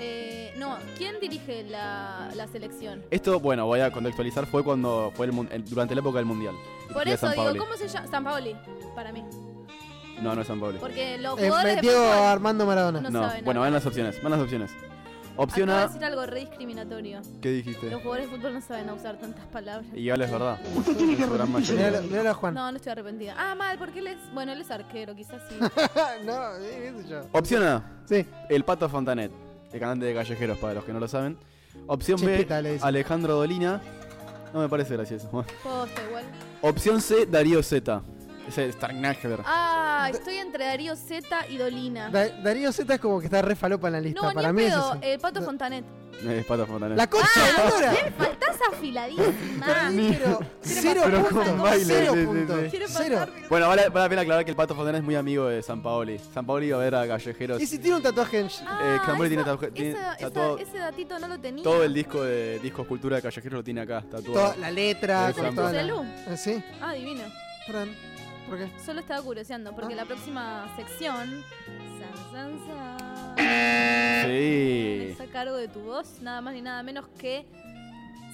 Eh, no, ¿quién dirige la, la selección? Esto, bueno, voy a contextualizar, fue cuando fue el mun- el- durante la época del Mundial. Por Dirigía eso digo, Sampaoli. ¿cómo se llama? San Paoli, para mí. No, no es San Pablo. Porque los Eh, jugadores de Diego fútbol- Armando Maradona. No No, saben bueno, nada. van las opciones, van las opciones. Opción Acabo de A, decir algo re discriminatorio. ¿qué dijiste? Los jugadores de fútbol no saben usar tantas palabras. Y igual es verdad. En su gran mayoría. Miralo, miralo a Juan. No, no estoy arrepentida. Ah, mal, porque él es... Bueno, él es arquero, quizás sí. no, eh, qué sé yo. Opción A, Sí, El Pato Fontanet, el cantante de Callejeros, para los que no lo saben. Opción B, Chispita, le dicen. Alejandro Dolina. No me parece gracioso. Bueno. Posta, igual. Opción C, Darío Z. Ese Starknagler. Ah, estoy entre Darío Z y Dolina. Da- Darío Z es como que está re falopa en la lista. No, ni Para en mí es pedo. eh, ah, ese. El Pato Da- Fontanet. ¿eh? Eh, Pato Fontanet. La concha de la lora. Faltás afiladísima. Pero cero Pero puntos. con baile, cero sí, sí, puntos. sí. Quiero Cero. pasar. Bueno, vale, vale la pena aclarar que el Pato Fontanet es muy amigo de San Paoli. San Paoli iba a ver a Callejeros Y si tiene un tatuaje en... sh- Ah, Cambori eh, tiene eso- tatu- tiene esa- esa- tatuado- Ese datito no lo tenía. todo el disco de Discos Cultura de Callejeros lo tiene acá, tatuado. Toda la letra, Eh, con San- toda la... Celu. Eh, Sí, Ah, divino. perdón. ¿Por qué? Solo estaba curioseando, porque Ah. la próxima sección. San, san, san, Sí. Es a cargo de tu voz, nada más ni nada menos que.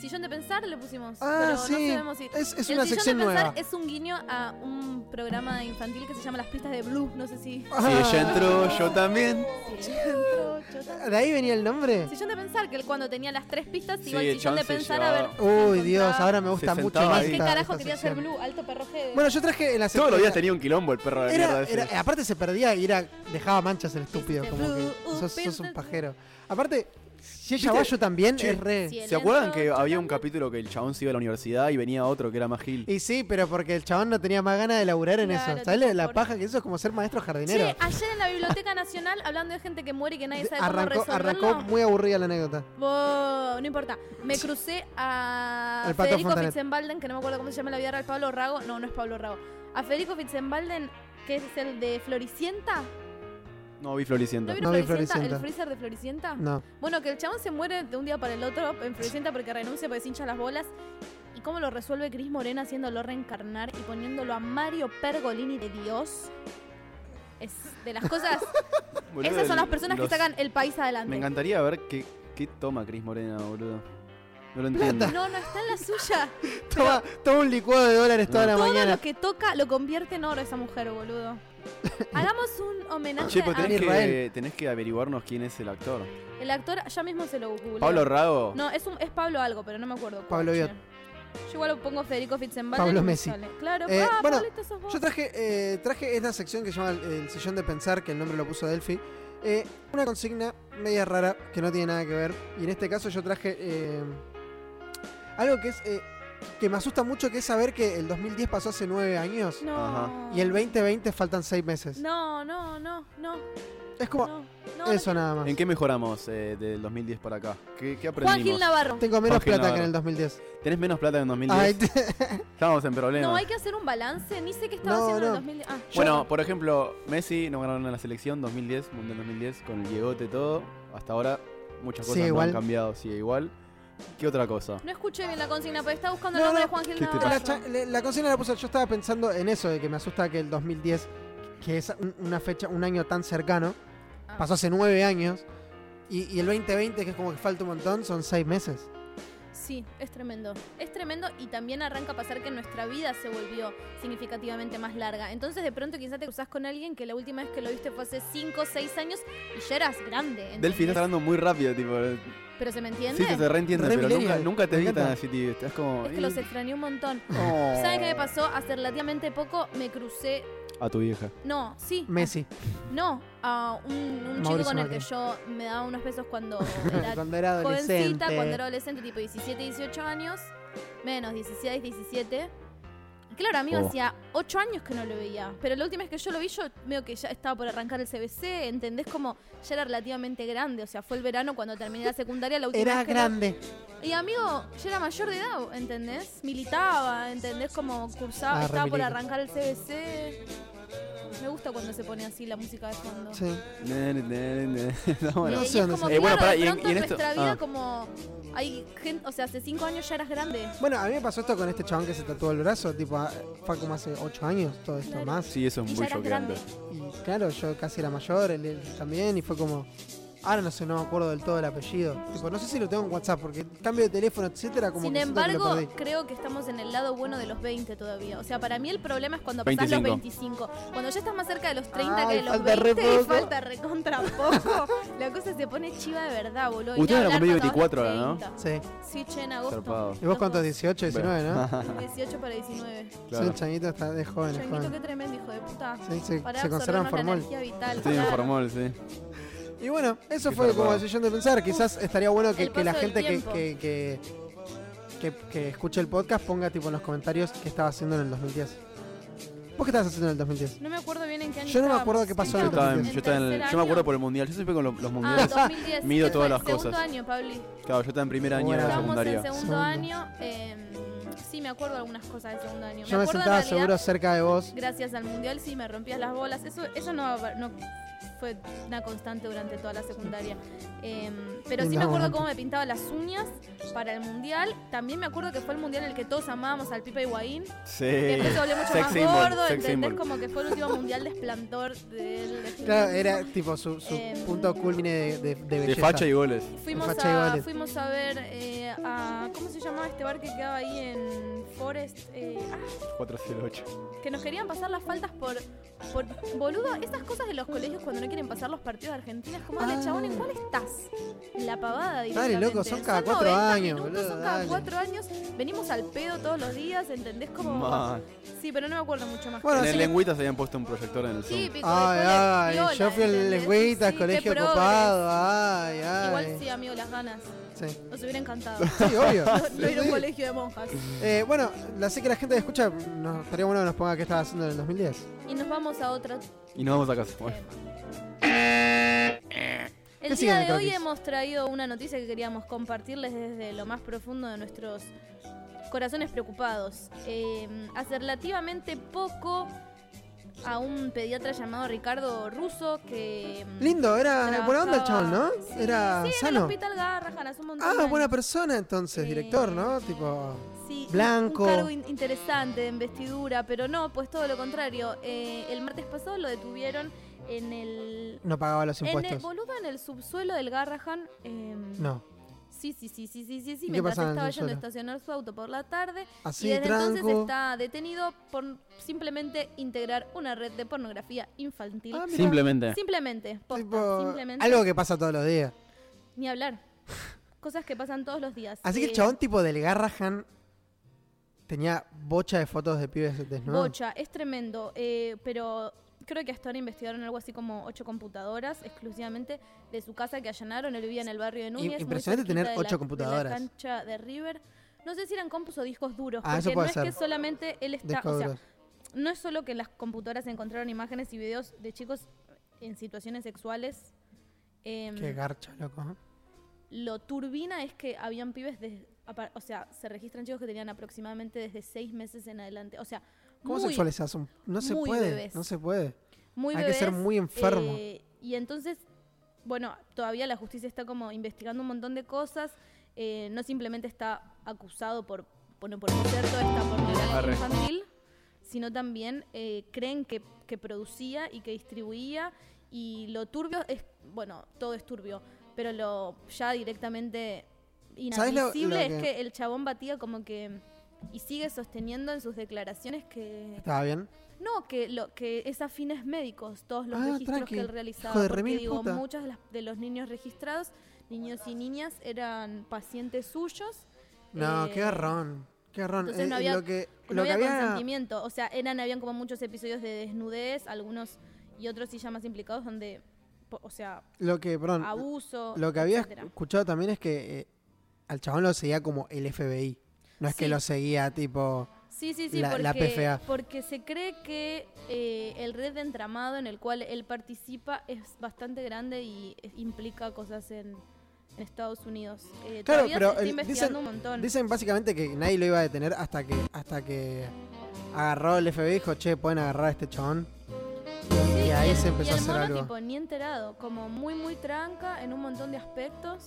Sillón de pensar le pusimos. Ah, pero sí. no sabemos si. Es, es El una Sillón sección de pensar nueva. es un guiño a un programa infantil que se llama Las pistas de Blue. No sé si. Ah. Si ella entró, yo también. ¿De ahí venía el nombre? Sillón de pensar, que él cuando tenía las tres pistas iba Sí, al sillón de Chance pensar a llevaba- ver. Uy, si Dios, encontraba- ahora me gusta se mucho sentaba más. ahí. ¿Qué esta- carajo esta quería ser sección. Blue? Alto perroje. Bueno, yo traje en la Todos los días sección- tenía un quilombo el perro de mierda Era, ese. era- aparte se perdía y era, dejaba manchas el estúpido, Hiciste como que blue, sos, uh, sos un pin- pajero. Aparte, si ella va yo también, Che. es re. Sí, ¿Se acuerdan Entró, que había un chocando. capítulo que el chabón se iba a la universidad y venía otro que era más gil? Y sí, pero porque el chabón no tenía más ganas de laburar en Claro, eso. ¿Sabes tipo, la por- ah, paja que eso es como ser maestro jardinero? Che, ayer en la Biblioteca Nacional, hablando de gente que muere y que nadie sabe arrancó, cómo resolverlo. arrancó muy aburrida la anécdota. Wow, no importa. Me crucé a Al Pato Federico Fontanet. Fitzenbalden, que no me acuerdo cómo se llama en la vida real, Pablo Rago. No, no es Pablo Rago. A Federico Fitzenbalden, que es el de Floricienta. No vi Floricienta. ¿No No vieron vi Floricienta? Floricienta. ¿El freezer de Floricienta? No. Bueno, que el chabón se muere de un día para el otro en Floricienta porque renuncia, porque se hincha las bolas. ¿Y cómo lo resuelve Cris Morena haciéndolo reencarnar y poniéndolo a Mario Pergolini de Dios? Es de las cosas. Boludo, Esas son el- las personas los- que sacan el país adelante. Me encantaría ver qué, qué toma Cris Morena, boludo. No lo entiendo. No, no está en la suya. Toma, toma un licuado de dólares toda No. la Todo mañana. lo que toca lo convierte en oro esa mujer, boludo. Hagamos un homenaje Che, pero tenés Ah, que, Israel. tenés que averiguarnos quién es el actor. a- El actor, ya mismo se lo googleo. Pablo Rago. No, es, un, es Pablo algo, pero no me acuerdo. cuál, Pablo che. Biot. Yo igual lo pongo Federico Fitzenbalden. Pablo y me Messi. sale. Claro, Eh, ah, bueno, Pablito, sos vos. Yo traje, eh, traje esta sección que se llama el, el sillón de pensar, que el nombre lo puso Delphi. Eh, una consigna media rara que no tiene nada que ver. Y en este caso yo traje eh, algo que es eh, que me asusta mucho que es saber que el 2010 pasó hace nueve años No. Ajá. y el 2020 faltan seis meses. No, no, no, no. es como no, no, eso no. nada más. ¿En qué mejoramos eh, del 2010 para acá? ¿Qué, qué Juan Gil aprendimos? Navarro. Tengo menos Jorge plata que en Navarro. el 2010. ¿Tenés menos plata que en 2010? Ay, te- Estamos en problemas. No, hay que hacer un balance. Ni sé qué estaba No, haciendo no. en el 2010. Ah, Bueno, por ejemplo, Messi no ganaron en la selección 2010, Mundial 2010, con el Diegote todo. Hasta ahora muchas cosas Sigue no han igual. cambiado, sigue igual. ¿Qué otra cosa? no escuché bien la consigna, pero estaba buscando el No, nombre no. de Juan Gil ¿Qué te Navarro. la, cha- le- la consigna la puse. Yo estaba pensando en eso, de que me asusta que el 2010, que es un- una fecha, un año tan cercano, Ah. pasó hace nueve años. Y, y el 2020, que es como que falta un montón, son seis meses. Sí, es tremendo. Es tremendo y también arranca a pasar que nuestra vida se volvió significativamente más larga. Entonces de pronto quizás te cruzas con alguien que la última vez que lo viste fue hace 5 o 6 años y ya eras grande. ¿entendés? Delphi, estás hablando muy rápido, tipo. Pero se me Sí, entiende. se te reentiende, Re pero nunca, millennial, nunca te me vi tan encanta. así, tío. Estás como. es que los "Eh, extrañé un montón. no". ¿Sabes qué me pasó? Hace relativamente poco me crucé... A tu vieja. No, sí. ah, Messi, No, a un, un chico Mauricio con el que Macri. yo me daba unos pesos cuando era cuando era adolescente. jovencita, cuando era adolescente, tipo 17, 18 años, menos 16, 17. Y Claro, amigo, Oh. hacía 8 años que no lo veía, pero la última vez que yo lo vi, yo veo que ya estaba por arrancar el CBC, ¿entendés? Como ya era relativamente grande, o sea, fue el verano cuando terminé la secundaria, la última Era vez que lo- grande. Y amigo, yo era mayor de edad, ¿entendés? Militaba, ¿entendés? Como cursaba, Ah, re estaba por milico. arrancar el CBC. Me gusta cuando se pone así la música de fondo. Sí. Ne, ne, ne, ne. Está Y- bueno. No y sé es dónde como, se- Eh, bueno, claro, pará, de y en- pronto y en en esto- nuestra vida ah. como hay gente, o sea, hace cinco años ya eras grande. Bueno, a mí me pasó esto con este chabón que se tatuó el brazo, tipo, ah, fue como hace 8 años, todo esto Claro. más. Sí, eso es Y muy ya eras choqueante. grande. Y claro, yo casi era mayor, él, él también, y fue como. Ahora no sé, no me acuerdo del todo el apellido. Tipo, no sé si lo tengo en WhatsApp, porque el cambio de teléfono, etcétera, como Sin que siento que lo embargo, perdí. creo que estamos en el lado bueno de los 20 todavía. O sea, para mí el problema es cuando pasás los 25. Cuando ya estás más cerca de los 30 Ay, que de los falta re 20 y poco. falta recontra poco, la cosa se pone chiva de verdad, boludo. Y Ustedes ni la hablar cumplí cuando vas a 24 ahora, ¿no? 30. Sí, Sí. che, en agosto. Zarpado. ¿Y vos cuántos? 18, 19, ¿no? De 18 para 19. Sí, Claro. el changuito está de joven, es Changuito, joven. qué tremendo, hijo de puta. Sí, se, Pará, se conserva absorbernos en la formol. energía vital. Sí, en claro. formol, sí. Y bueno, eso Qué fue como zarpado. decisión de pensar. Quizás estaría bueno que, El que la paso del gente que, tiempo. que, que, que- que escuche el podcast ponga tipo en los comentarios qué estaba haciendo en el 2010. ¿Vos qué estabas haciendo en el 2010? No me acuerdo bien en qué año Yo no me estábamos. acuerdo qué pasó Yo en estaba en- ¿En yo estaba en el- yo me acuerdo por el mundial. Yo siempre con los, los Ah, mundiales. 2010. Mido Fue todas el las Segundo cosas. año, Pabli. Claro, yo estaba en primer año de Bueno. la Estábamos en secundaria. segundo, Segundo. año. eh, sí, me acuerdo algunas cosas de segundo año. Yo acuerdo me en sentaba realidad, seguro cerca de vos. Gracias al mundial sí me rompías las bolas. Eso, eso no, no fue una constante durante toda la secundaria. Eh, pero sí me No, acuerdo no. cómo me pintaba las uñas para el mundial. También me acuerdo que fue el mundial en el que todos amábamos al Pipa Higuaín. Que Sí. después se volvió mucho Sex más symbol, gordo. sex ¿Entendés? symbol. Como que fue el último mundial de esplendor del Claro, era tipo su, su Eh, punto culmine de, de, de De belleza. facha y goles. Fuimos Facha y a, Ballet. fuimos a ver eh, a. ¿Cómo se llamaba este bar que quedaba ahí en Forest? Eh, ah, 4-0-8. que nos querían pasar las faltas por. por boludo, esas cosas de los colegios cuando no quieren pasar los partidos de Argentina. Es como, dale, Ah. chabón, ¿en cuál estás? La pavada, Dale, loco, son cada cuatro años, boludo, Son cada dale. cuatro años. Venimos al pedo todos los días, ¿entendés? Como. Man. Sí, pero no me acuerdo mucho más. Bueno, En sí. el lengüita se habían puesto un proyector en el Zoom. Típico, Ay, de ay, colegio piola, yo fui al ¿entendés? lengüita, Sí, qué colegio progres. copado, ay, ay. Igual sí, amigo, las ganas. Sí, Nos hubiera encantado. Sí, obvio. Yo era un Sí. colegio de monjas. Eh, bueno, la sé que la gente que escucha, nos estaría bueno que nos ponga qué estaba haciendo en el 2010. Y nos vamos a otro Y nos vamos a casa. Bueno. tema. ¿Qué Eh, El siguen día de de hoy croquis? hemos traído una noticia que queríamos compartirles desde lo más profundo de nuestros corazones preocupados. Eh, hace relativamente poco a un pediatra llamado Ricardo Russo que... mm, Lindo, era trabajaba- buena onda el chabón, ¿no? Sí, era sí, en el sano. hospital Garrahan hace un montón de Ah, años. buena persona entonces, Sí. director, ¿no? Tipo, Sí, un- Blanco. Un cargo in- interesante en vestidura, pero no, pues todo lo contrario. Eh, el martes pasado lo detuvieron en el. no pagaba los En el impuestos. boludo en el subsuelo del Garrahan. eh, No, Sí, sí, sí, sí, sí, sí, sí. ¿Y qué Mientras pasaba en estaba el yendo a subsuelo? estacionar su auto por la tarde. y así, desde entonces tranco. está detenido por simplemente integrar una red de pornografía infantil. Ah, mira. Simplemente. simplemente, posta, Tipo, simplemente. algo que pasa todos los días. Ni hablar. Cosas que pasan todos los días. Así que el Eh, chabón tipo del Garrahan tenía bocha de fotos de pibes desnudos. Bocha, es tremendo, eh, pero creo que hasta ahora investigaron algo así como ocho computadoras exclusivamente de su casa que allanaron. Él vivía en el barrio de Núñez. muy impresionante cerquita tener de ocho la- computadoras. De la cancha de River. No sé si eran compus o discos duros, Ah, eso porque no puede es ser. que solamente él está, Disco o sea, duro. no es solo que las computadoras encontraron imágenes y videos de chicos en situaciones sexuales. em, Qué garcha, loco. ¿eh? lo turbina es que habían pibes de, apa- o sea, se registran chicos que tenían aproximadamente desde seis meses en adelante, o sea, ¿Cómo muy, sexualizas un.? No se muy puede. bebés. No se puede. muy hay que ser bebés, muy enfermo. eh, y entonces, bueno, todavía la justicia está como investigando un montón de cosas, eh, no simplemente está acusado por, bueno, por poseer toda esta pornografía Arre. este infantil, sino también eh, creen que, que producía y que distribuía y lo turbio es, bueno, todo es turbio, pero lo ya directamente ¿Sabes lo- lo inadmisible es que- que el chabón batía como que y sigue sosteniendo en sus declaraciones que ¿Estaba bien? no, que lo que es a fines médicos, todos los Ah, registros tranqui. que él Hijo realizaba. de porque remil digo, puta. muchos de, las- de los niños registrados, niños y niñas, eran pacientes suyos. No, eh, qué garrón. Qué garrón. entonces Eh, no había- lo que, No lo que había había. consentimiento. O sea, eran, habían como muchos episodios de desnudez, algunos y otros sí ya más implicados, donde, po- o sea, Lo que, perdón. abuso. Lo que había etcétera. escuchado también es que eh, al chabón lo seguía como el FBI. No es que Sí. lo seguía tipo. Sí, sí, sí, La- porque, la PFA. porque se cree que eh, el red de entramado en el cual él participa es bastante grande y es- implica cosas en, en Estados Unidos. Eh, Claro, todavía pero se está el- investigando un montón. Dicen básicamente que nadie lo iba a detener hasta que hasta que agarró el FBI y dijo, che, pueden agarrar a este chabón. Sí, y ahí el- se empezó y a el hacer mono, algo. tipo, ni enterado, como muy, muy tranca en un montón de aspectos.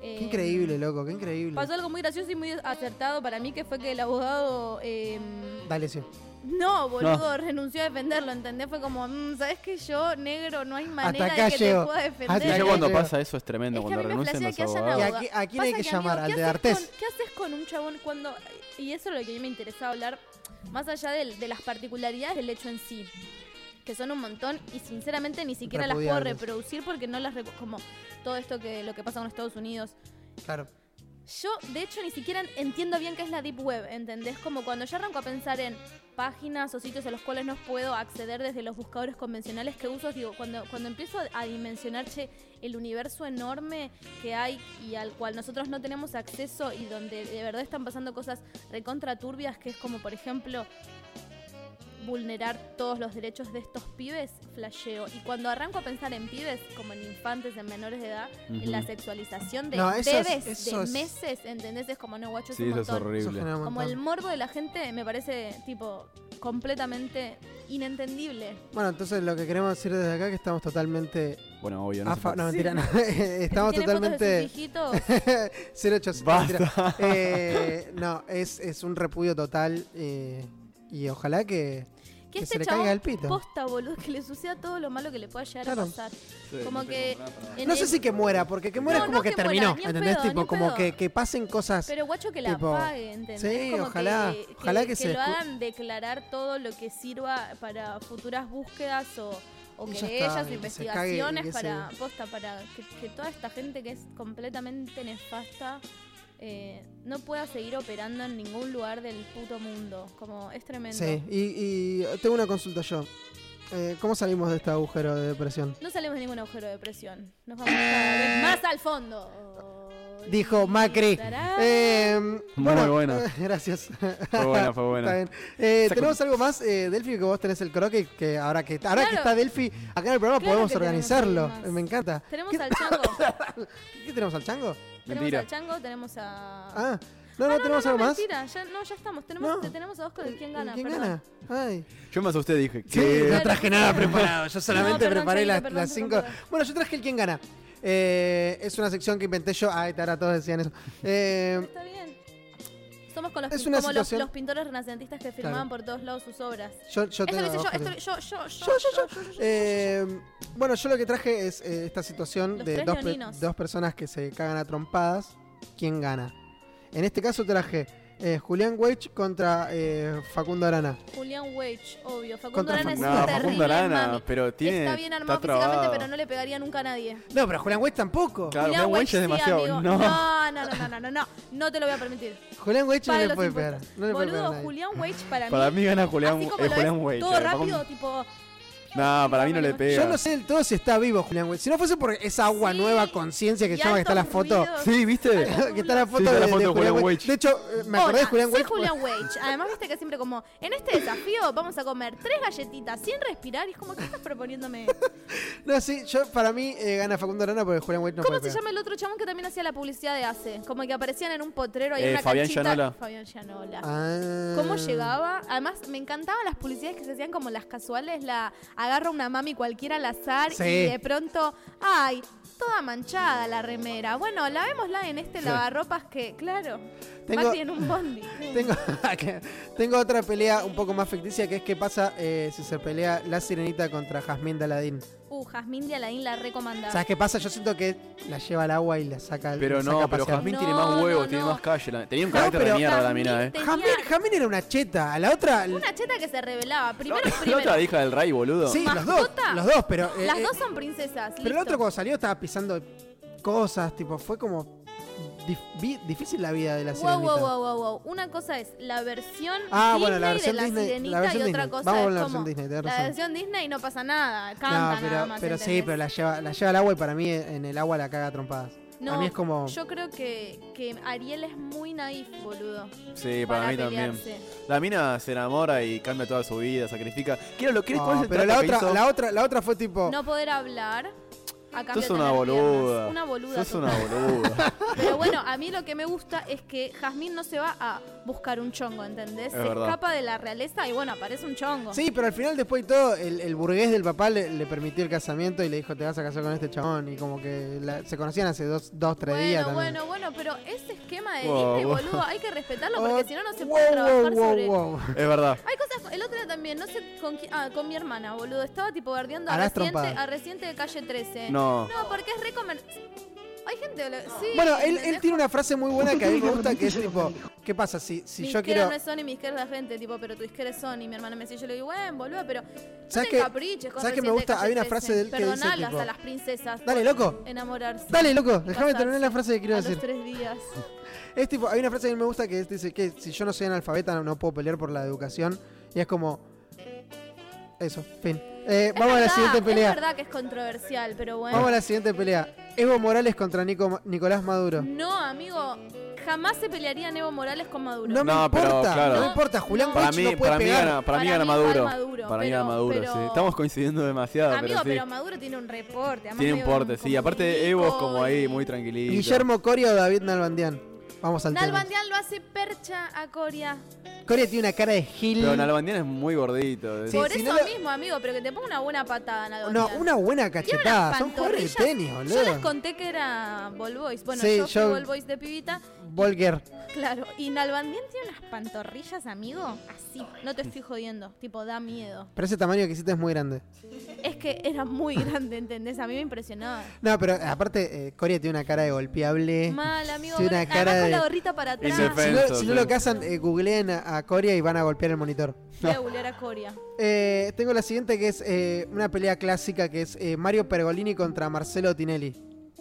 Qué Eh, increíble, loco, qué increíble. Pasó algo muy gracioso y muy acertado para mí, que fue que el abogado... em, Dale, sí. No, boludo, renunció a defenderlo, ¿entendés? Fue como, mm, ¿sabés que yo, negro, no hay manera acá de que llego. te pueda defender? Hasta Y ya acá cuando llego. pasa eso es tremendo, Es que a mí cuando me renuncian flashea los que hayan ¿Y abogados. abogado. aquí, a quién hay Pasa que amigo, llamar? ¿Al ¿qué de haces Artés? con- ¿Qué haces con un chabón cuando.? Y eso es lo que a mí me interesaba hablar, más allá del- de, las particularidades del hecho en sí, que son un montón y sinceramente ni siquiera las puedo Repudiables. reproducir porque no las. recu- Como todo esto que lo que pasa con Estados Unidos. Claro. Yo, de hecho, ni siquiera entiendo bien qué es la Deep Web, ¿entendés? Como cuando yo arranco a pensar en páginas o sitios a los cuales no puedo acceder desde los buscadores convencionales que uso, digo, cuando, cuando empiezo a dimensionar, che, el universo enorme que hay y al cual nosotros no tenemos acceso y donde de verdad están pasando cosas recontra turbias, que es como, por ejemplo, vulnerar todos los derechos de estos pibes, flasheo. Y cuando arranco a pensar en pibes, como en infantes, en menores de edad, Ujú. en la sexualización de No, eso es- bebés, eso de es- meses, ¿entendés? Es como, no, guacho, es Sí, un eso es montón. Eso horrible. genera un Como montón. el morbo de la gente me parece, tipo, completamente inentendible. Bueno, entonces lo que queremos decir desde acá es que estamos totalmente... Bueno, obvio, Ah, no a se fa- puede. No, mentira, no. estamos ¿Tienen totalmente... Fotos de sus hijitos? 08 Basta. mentira. Eh, no, es, es un repudio total eh, y ojalá que, que que este se le chabón caiga el pito. posta, boludo, que le suceda todo lo malo que le pueda llegar Claro. a pasar. Sí, como no sé que... cómo nada, pero- en No sé el- si que muera, porque que muera No, es como no que, que muera, terminó, ni en ¿entendés? pedo, ni tipo, en como pedo. que, que pasen cosas... Pero guacho que la Tipo, pague, ¿entendés? sí, Como ojalá, que, ojalá que se lo descu- hagan declarar todo lo que sirva para futuras búsquedas o, o Y ya querellas está, o y que se cague, y investigaciones que se- para, posta, para que, que toda esta gente que es completamente nefasta eh, no pueda seguir operando en ningún lugar del puto mundo. Como es tremendo. Sí, y, y tengo una consulta yo. Eh, ¿Cómo salimos de este agujero de depresión? No salimos de ningún agujero de presión. Nos vamos cada vez más al fondo. Dijo Macri. Tarán. Eh, bueno, Muy buena. eh, gracias. Fue buena, fue buena. Está bien. Eh, Saco- tenemos algo más, eh, Delphi, que vos tenés el croquis, que ahora que, ahora que Claro. está Delphi acá en el programa Claro podemos que tenemos organizarlo. algo más. Eh, Me encanta. Tenemos ¿Qué- al chango. ¿Qué tenemos al chango? tenemos Mentira. al chango, tenemos a. Ah, no, no, Ah, tenemos algo más. mentira, ya, no, ya estamos. Tenemos, No. te- tenemos a Oscar, Eh, ¿quién gana? ¿Quién Perdón. gana? Ay. Yo más a usted dije. Sí, ¿qué? Eh, no traje nada preparado. Yo solamente perdón, preparé Chaguito, las, perdón, las perdón, cinco. perdón. Bueno, yo traje el quién gana. Eh, es una sección que inventé yo. Ay, ahora todos decían eso. Eh, Está bien. Somos con los, Es pin- una como los, situación- los pintores renacentistas que firmaban por todos lados sus obras. yo, yo Esto tengo lo hice yo, abajo esto que- lo- yo, yo, yo, yo, yo, yo, yo. Eh, bueno, yo lo que traje es eh, esta situación Los de tres dos, pe- leoninos. dos personas que se cagan a trompadas. ¿Quién gana? En este caso traje eh, Julián Weich contra eh, Facundo Arana. Julián Wage, obvio. Facundo Contra Arana es un Facundo. No, Está terrible Facundo Arana, mami. pero tiene. está bien armado físicamente, trabado. pero no le pegaría nunca a nadie. No, pero Julián Weich tampoco. Claro, Julián Juan Wage Wench es sí, demasiado. amigo. No. No, no, no, no, no, no, no. No te lo voy a permitir. Julián Weich no Pague le los puede pegar. impuestos. No le puede pegar a Boludo, nadie. Julián Wage para, Para mí gana Julián así como eh, lo Julián ves, Weich, Todo eh, Facundo- rápido, tipo. No, para mí no le pega. Yo no sé del todo si está vivo Julián Güell. Si no fuese por esa agua Sí. nueva conciencia que Y llama que está la altos foto. ruidos. Sí, ¿viste? que está la foto, Sí, está la de- foto de, de Julián Güell. Weich. De hecho, eh, me acordé Hola, de Julián Güell. Soy Julián Wage. Además, viste que siempre como, en este desafío vamos a comer tres galletitas sin respirar. Y es como, ¿qué estás proponiéndome? No, sí, yo para mí eh, gana Facundo Arana porque Julián Güell no ¿Cómo puede se pegar. llama el otro chamón que también hacía la publicidad de ACE? Como que aparecían en un potrero y Eh, una Fabián canchita. Gianola. Fabián Gianola. Ah. ¿Cómo llegaba? Además, me encantaban las publicidades que se hacían como las casuales, la agarra una mami cualquiera al azar Sí. y de pronto, ay, toda manchada la remera. Bueno, lavémosla en este Sí. lavarropas que, claro, Tengo- va en un bondi. Tengo, tengo otra pelea un poco más ficticia que es qué pasa eh, si se pelea la sirenita contra Jazmín de Aladín. Uh, Jazmín de Alain la recomendaba. ¿Sabes qué pasa? Yo siento que la lleva al agua y la saca Pero la saca no, a pero pasear. Jazmín No, tiene más huevos, no, tiene no. más calle. la- Tenía un No, carácter pero de mierda la Jazmín mina, eh. tenía Jazmín, Jazmín era una cheta, a la otra... Una cheta que se revelaba. Primero, La primero. otra hija del rey, boludo. sí, los dos, ¿Mascota? los dos, pero... eh, Las eh, dos son princesas. Pero el listo. otro cuando salió estaba pisando cosas, tipo, fue como dif- vi- difícil la vida de la Wow, sirenita. wow, wow, wow, wow. Una cosa es la versión Ah, Disney bueno, la versión de la Disney- sirenita la versión y otra Disney. cosa Vamos es con la como versión Disney, tenés la razón. versión Disney no pasa nada, No, canta nada pero, más. pero sí, ¿entendés? pero la lleva, la lleva al agua y para mí en el agua la caga a trompadas. No, a mí es como... Yo creo que, que Ariel es muy naif, boludo. Sí, para mí también. pelearse. La mina se enamora y cambia toda su vida, sacrifica. ¿Qué era lo que No, ¿Cuál es el oh, pero la trato que otra, hizo? la otra, la otra fue tipo. No poder hablar. A cambio Sos de una tener boluda. piernas. Una boluda. Sos una total. boluda. Pero bueno, a mí lo que me gusta es que Jazmín no se va a buscar un chongo, ¿entendés? Es se verdad. escapa de la realeza y bueno, aparece un chongo. Sí, pero al final después de todo, el, el burgués del papá le, le permitió el casamiento y le dijo, te vas a casar con este chabón. Y como que la- se conocían hace dos, dos tres Bueno, días también. bueno, bueno, pero ese esquema de Wow, Disney, wow. boludo, hay que respetarlo porque Oh, si no, no se wow, puede wow, trabajar wow, sobre... wow. es verdad. Hay cosas, el otro día también, no sé con quién, ah, con mi hermana, boludo, estaba tipo bardeando a Harás reciente, trompada. a reciente de calle 13. No. No, porque es recomer... Hay gente, boludo, sí. Bueno, él, él ¿entendés? tiene una frase muy buena que a mí me gusta, que es tipo, ¿qué pasa si, si mi yo izquierda quiero... no es Sony, mi izquierda es la gente, tipo, pero tu izquierda es Sony. Mi hermana me decía, yo le digo, bueno, boludo, pero no ¿Sabes te qué? encapriches con ¿Sabes qué Reciente me de gusta? Calle Hay una 13. frase de él que dice, Perdonalas tipo, a las princesas Dale, por loco. enamorarse. Dale, loco, déjame Pasarse. terminar la frase que quiero a decir. los tres días. Es tipo, hay una frase que me gusta que es- dice que si yo no soy analfabeta no, no puedo pelear por la educación. Y es como... Eso, fin. Eh, Es vamos a la verdad, siguiente Es pelea. verdad que es controversial, pero bueno. Vamos a la siguiente pelea. Evo Morales contra Nico- Nicolás Maduro. No, amigo, jamás se pelearían Evo Morales con Maduro. No, me No, pero importa, claro. no me importa. Julián No. Weich Para mí, no puede para mí pegar. gana, para mí Para gana mí Maduro. gana Maduro, Para mí pero- gana Maduro, pero- sí. Estamos coincidiendo demasiado, Amigo, pero sí. pero Maduro tiene un reporte. además Tiene un de porte, sí. como Aparte, Evo es como ahí, y- muy tranquilito. Guillermo Coria o David Nalbandian. Vamos al tema. Nalbandian lo hace percha a Coria. Coria tiene una cara de gil. Pero Nalbandian es muy gordito. es- Sí, Por si eso no lo- mismo, amigo, pero que te ponga una buena patada, No, Nalbandian. una buena Tiene cachetada. unas Son jugadores de pantorrillas. tenis, Yo les boludo. conté que era Ball Boys. Bueno, Sí, yo fui yo- Ball Boys de pibita, Volker. claro. Y Nalbandian tiene unas pantorrillas, amigo, así. No te estoy jodiendo, tipo, da miedo. Pero ese tamaño que hiciste es muy grande. Es que era muy grande, ¿entendés? A mí me impresionaba. No, pero eh, aparte, eh, Coria tiene una cara de golpeable. Mal, amigo. Eh, Tiene una además cara con de- la gorrita para atrás. Si Indefenso. no, Penso, si no sí. lo casan, eh, googleen a, a Coria y van a golpear el monitor. Voy a googlear a Coria. Eh, tengo la siguiente que es eh, una pelea clásica que es eh, Mario Pergolini contra Marcelo Tinelli.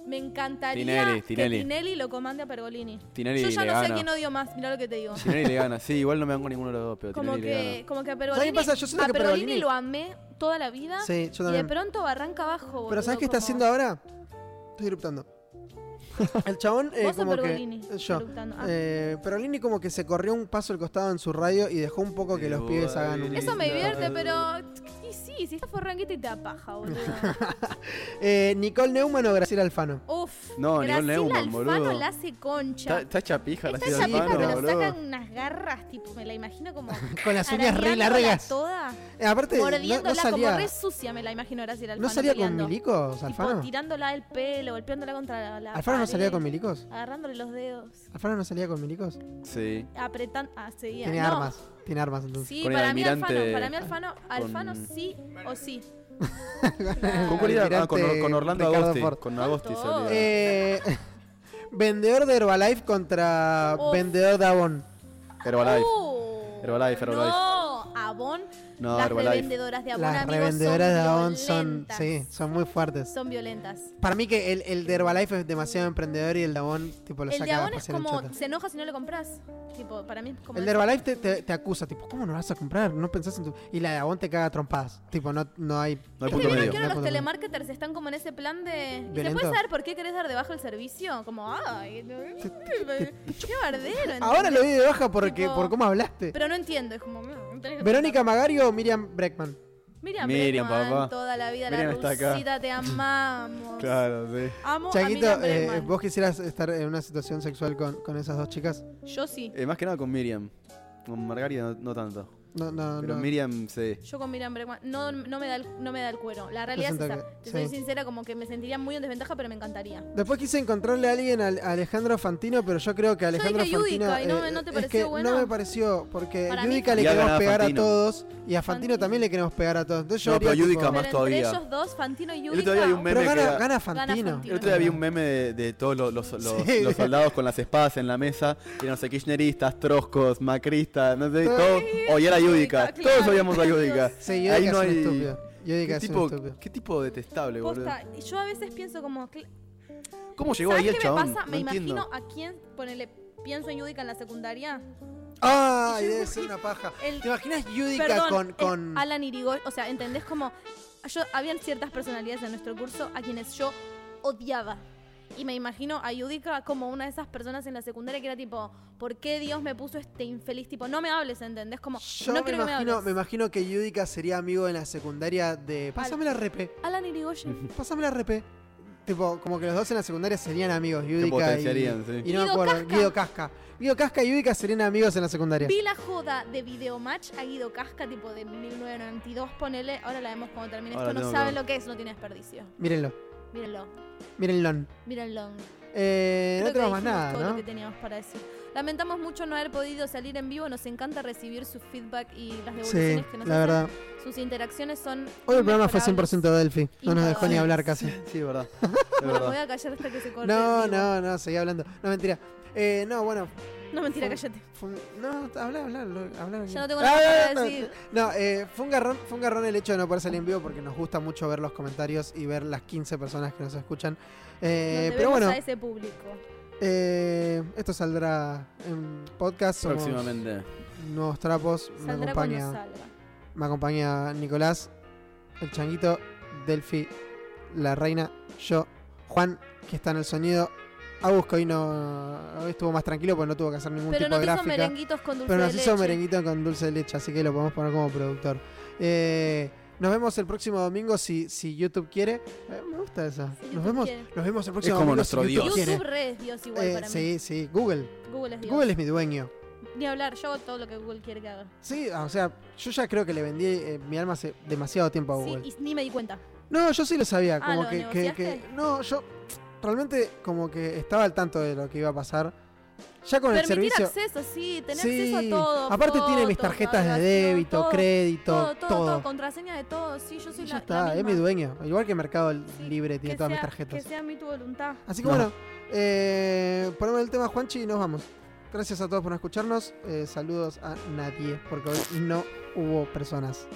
Me encantaría Tinelli, Tinelli. que Tinelli lo comande a Pergolini. Tinelli Yo ya le no sé gana. a quién odio más, mirá lo que te digo. Tinelli le gana, sí, igual no me dan con ninguno de los dos, pero Como Tinelli le que, gana. como que a Pergolini, qué pasa? Yo siento a que Pergolini Pergolini- lo amé toda la vida Sí, y yo de también. pronto barranca abajo. Pero Ah, boludo, ¿sabes qué está como- haciendo ahora? Estoy eruptando. El chabón eh, Vos o como Pergolini, que yo eruptando. Ah. eh, Pergolini como que se corrió un paso al costado en su radio y dejó un poco que los pibes hagan un Eso me Listo. divierte, pero... Y sí, si estás forranguita y te apaja, boludo. Eh, Nicole Neumann o Graciela Alfano. Uf, No, Nicole Graciela Neumann, Alfano boludo. la hace Está, concha. está chapija la Esta tía esa chapija pica Alfano, que lo boludo. sacan unas garras, tipo, me la imagino como... Con las uñas re arañándola largas. toda. Eh, aparte, no- no, mordiéndola como re salía, sucia, me la imagino Graciela Alfano. ¿no salía con peleando. milicos, Tipo, Alfano. tirándola del pelo, golpeándola contra la, la ¿Alfano no pared, salía con milicos? Agarrándole los dedos, ¿Alfano no salía con milicos? Sí. apretando... Ah, seguía. Tiene no. armas, tiene armas entonces. Sí, Con el para mí, Alfano, almirante- para mí Alfano, Alfano con- sí o sí. ¿Con cuál era? Ah, con, Almirante con Orlando Ricardo Agosti. Ford. Con Agosti Con todo. salía. Eh, vendedor de Herbalife contra Uf. vendedor de Avon. Herbalife. Uh, Herbalife, Herbalife. No, Avon. No, las Herbalife. revendedoras de Avon, Las amigos, revendedoras son de Avon son, violentas. sí, son muy fuertes. Son violentas. Para mí que el, el de Herbalife es demasiado emprendedor y el de Avon tipo lo El de saca a Avon es pasear en como, chota. se enoja si no le compras. Tipo, para mí es como... El de eso. Herbalife te, te- te acusa, tipo, ¿cómo no vas a comprar? No pensás en tu... Y la de Avon te caga a trompadas. Tipo, no, no hay... No hay ¿Viste, punto vieron que medio. No hay ahora los punto medio. telemarketers están como en ese plan de... ¿Y se Violento. puede saber por qué querés dar de baja el servicio? Como, ay, no, qué bardero. Ahora lo ¿entendés? vi de baja porque, Tipo- por cómo hablaste. Pero no entiendo, es como... mm, tenés que Verónica Magario o Miriam Breckman. Miriam, Miriam, Bregman, papá. toda la vida, Miriam está la acá. rusita, te amamos. Claro, sí. Amo a Chaguito, Miriam eh, Bregman. ¿vos quisieras estar en una situación sexual con, con esas dos chicas? Yo sí, Eh, más que nada con Miriam. Con Margarita no, no tanto. No, no, Pero no. Miriam, sí. yo con Miriam Bregman. No, no, me da el, no me da el cuero. La realidad es siento esa. que- Te soy sí. sincera, como que me sentiría muy en desventaja, pero me encantaría. Después quise encontrarle a alguien al- a Alejandro Fantino, pero yo creo que Alejandro dije Yudica, Fantino. eh, ¿y no me- no te es pareció que bueno? No me pareció, porque Para a mí Yudica le Y ha queremos ganado pegar Fantino. a todos y a Fantino, Fantino. también le queremos pegar a todos. Entonces yo No, pero diría, Yudica tipo, más Pero todavía. entre ellos dos, Fantino y otro día Yudica. había un meme Pero que gana, era- gana Fantino. Fantino. El otro día había un meme de, de todos los, los, los- Sí. los soldados con las espadas en la mesa. Y eran, no sé, kirchneristas, troscos, macristas, no sé, todos. O era Yudica. Yudica, Todos claro. odiamos a Yudica. Sí, Yudica Ahí es no un hay- estúpido. Yudica ¿Qué es un tipo, estúpido. qué tipo detestable, boludo. Posta, yo a veces pienso como... cl- ¿Cómo llegó ¿Sabes qué ahí el me chabón? pasa? No me entiendo. imagino a quién, ponele, pienso en Yudica en la secundaria. Ay, Y yo debe digo, ser una paja. El- ¿Te imaginas Yudica Perdón, con, es con- Alan Irigoyen, o sea, ¿entendés como yo habían ciertas personalidades en nuestro curso a quienes yo odiaba? Y me imagino a Yudica como una de esas personas en la secundaria que era tipo, ¿por qué Dios me puso este infeliz tipo? No me hables, ¿entendés? Como, Yo no me, quiero que me imagino, me, hables. imagino que Yudica sería amigo en la secundaria de. Pásame la repe, Alan Irigoyen. pásame la repe. Tipo, como que los dos en la secundaria serían amigos, Yudica y, potenciarían, sí. y no me Guido acuerdo, Casca. Guido Casca. Guido Casca y Yudica serían amigos en la secundaria. Vi la joda de Videomatch a Guido Casca, tipo de 1992, ponele. Ahora la vemos cuando termine Ahora esto. No tengo que sabe ver. lo que es, no tiene desperdicio. Mírenlo, Mírenlo, mírenlo. mírenlo. Eh, no Creo que tenemos más dijimos nada, todo lo ¿no? que teníamos para decir. Lamentamos mucho no haber podido salir en vivo. Nos encanta recibir su feedback y las devoluciones Sí, que nos la hacen. verdad. Sus interacciones son. Hoy el programa fue inmejorables. 100% Delphi. No nos dejó ni Impagables. hablar casi. Sí, es verdad. Es Bueno, me voy verdad. a callar hasta que se corte. No, el vivo. no, no, seguí hablando. No, mentira. Eh, no, bueno, No, mentira, cállate. Fue un- No, habla, habla, lo- habla. Ya no tengo Ah, nada para no, decir. No, eh, fue, un garrón, fue un garrón el hecho de no poder salir en vivo porque nos gusta mucho ver los comentarios y ver las 15 personas que nos escuchan. Eh, Nos pero debemos bueno, a ese público. eh, esto saldrá en podcast. somos Próximamente. Nuevos trapos. Me Saldrá cuando acompaña, salga. me acompaña Nicolás, el changuito, Delphi, la reina, yo, Juan, que está en el sonido. Abusco hoy no hoy estuvo más tranquilo porque no tuvo que hacer ningún Pero tipo nos de hizo gráfica. merenguitos con dulce Pero nos de hizo leche. merenguito con dulce de leche, así que lo podemos poner como productor. Eh, nos vemos el próximo domingo si, si YouTube quiere. Eh, me gusta esa. Si nos, YouTube vemos, quiere. nos vemos el próximo como domingo nuestro si YouTube Dios. quiere. YouTube Red es Dios igual Eh, para mí. sí, sí, Google. Google es Dios. Google es mi dueño. Ni hablar, yo hago todo lo que Google quiere que haga. Sí, ah, o sea, yo ya creo que le vendí eh, mi alma hace demasiado tiempo a Sí, Google. y ni me di cuenta. No, yo sí lo sabía. Ah, Como ¿lo que, que- que- negociaste? No, yo realmente como que estaba al tanto de lo que iba a pasar. Ya con el Permitir servicio. acceso, sí, tener sí, acceso a todo. aparte tiene mis fotos, tarjetas de navegación, débito, todo. crédito, todo, todo, todo, todo. contraseña de todo. Sí, yo soy ya la, está, eh, la es mi misma. dueño. Igual que Mercado Libre tiene Que todas mis sea- tarjetas. Que sea mi tu voluntad. Así que No. bueno, eh, ponemos el tema Juanchi y nos vamos. Gracias a todos por escucharnos. eh, saludos a nadie, porque hoy no hubo personas.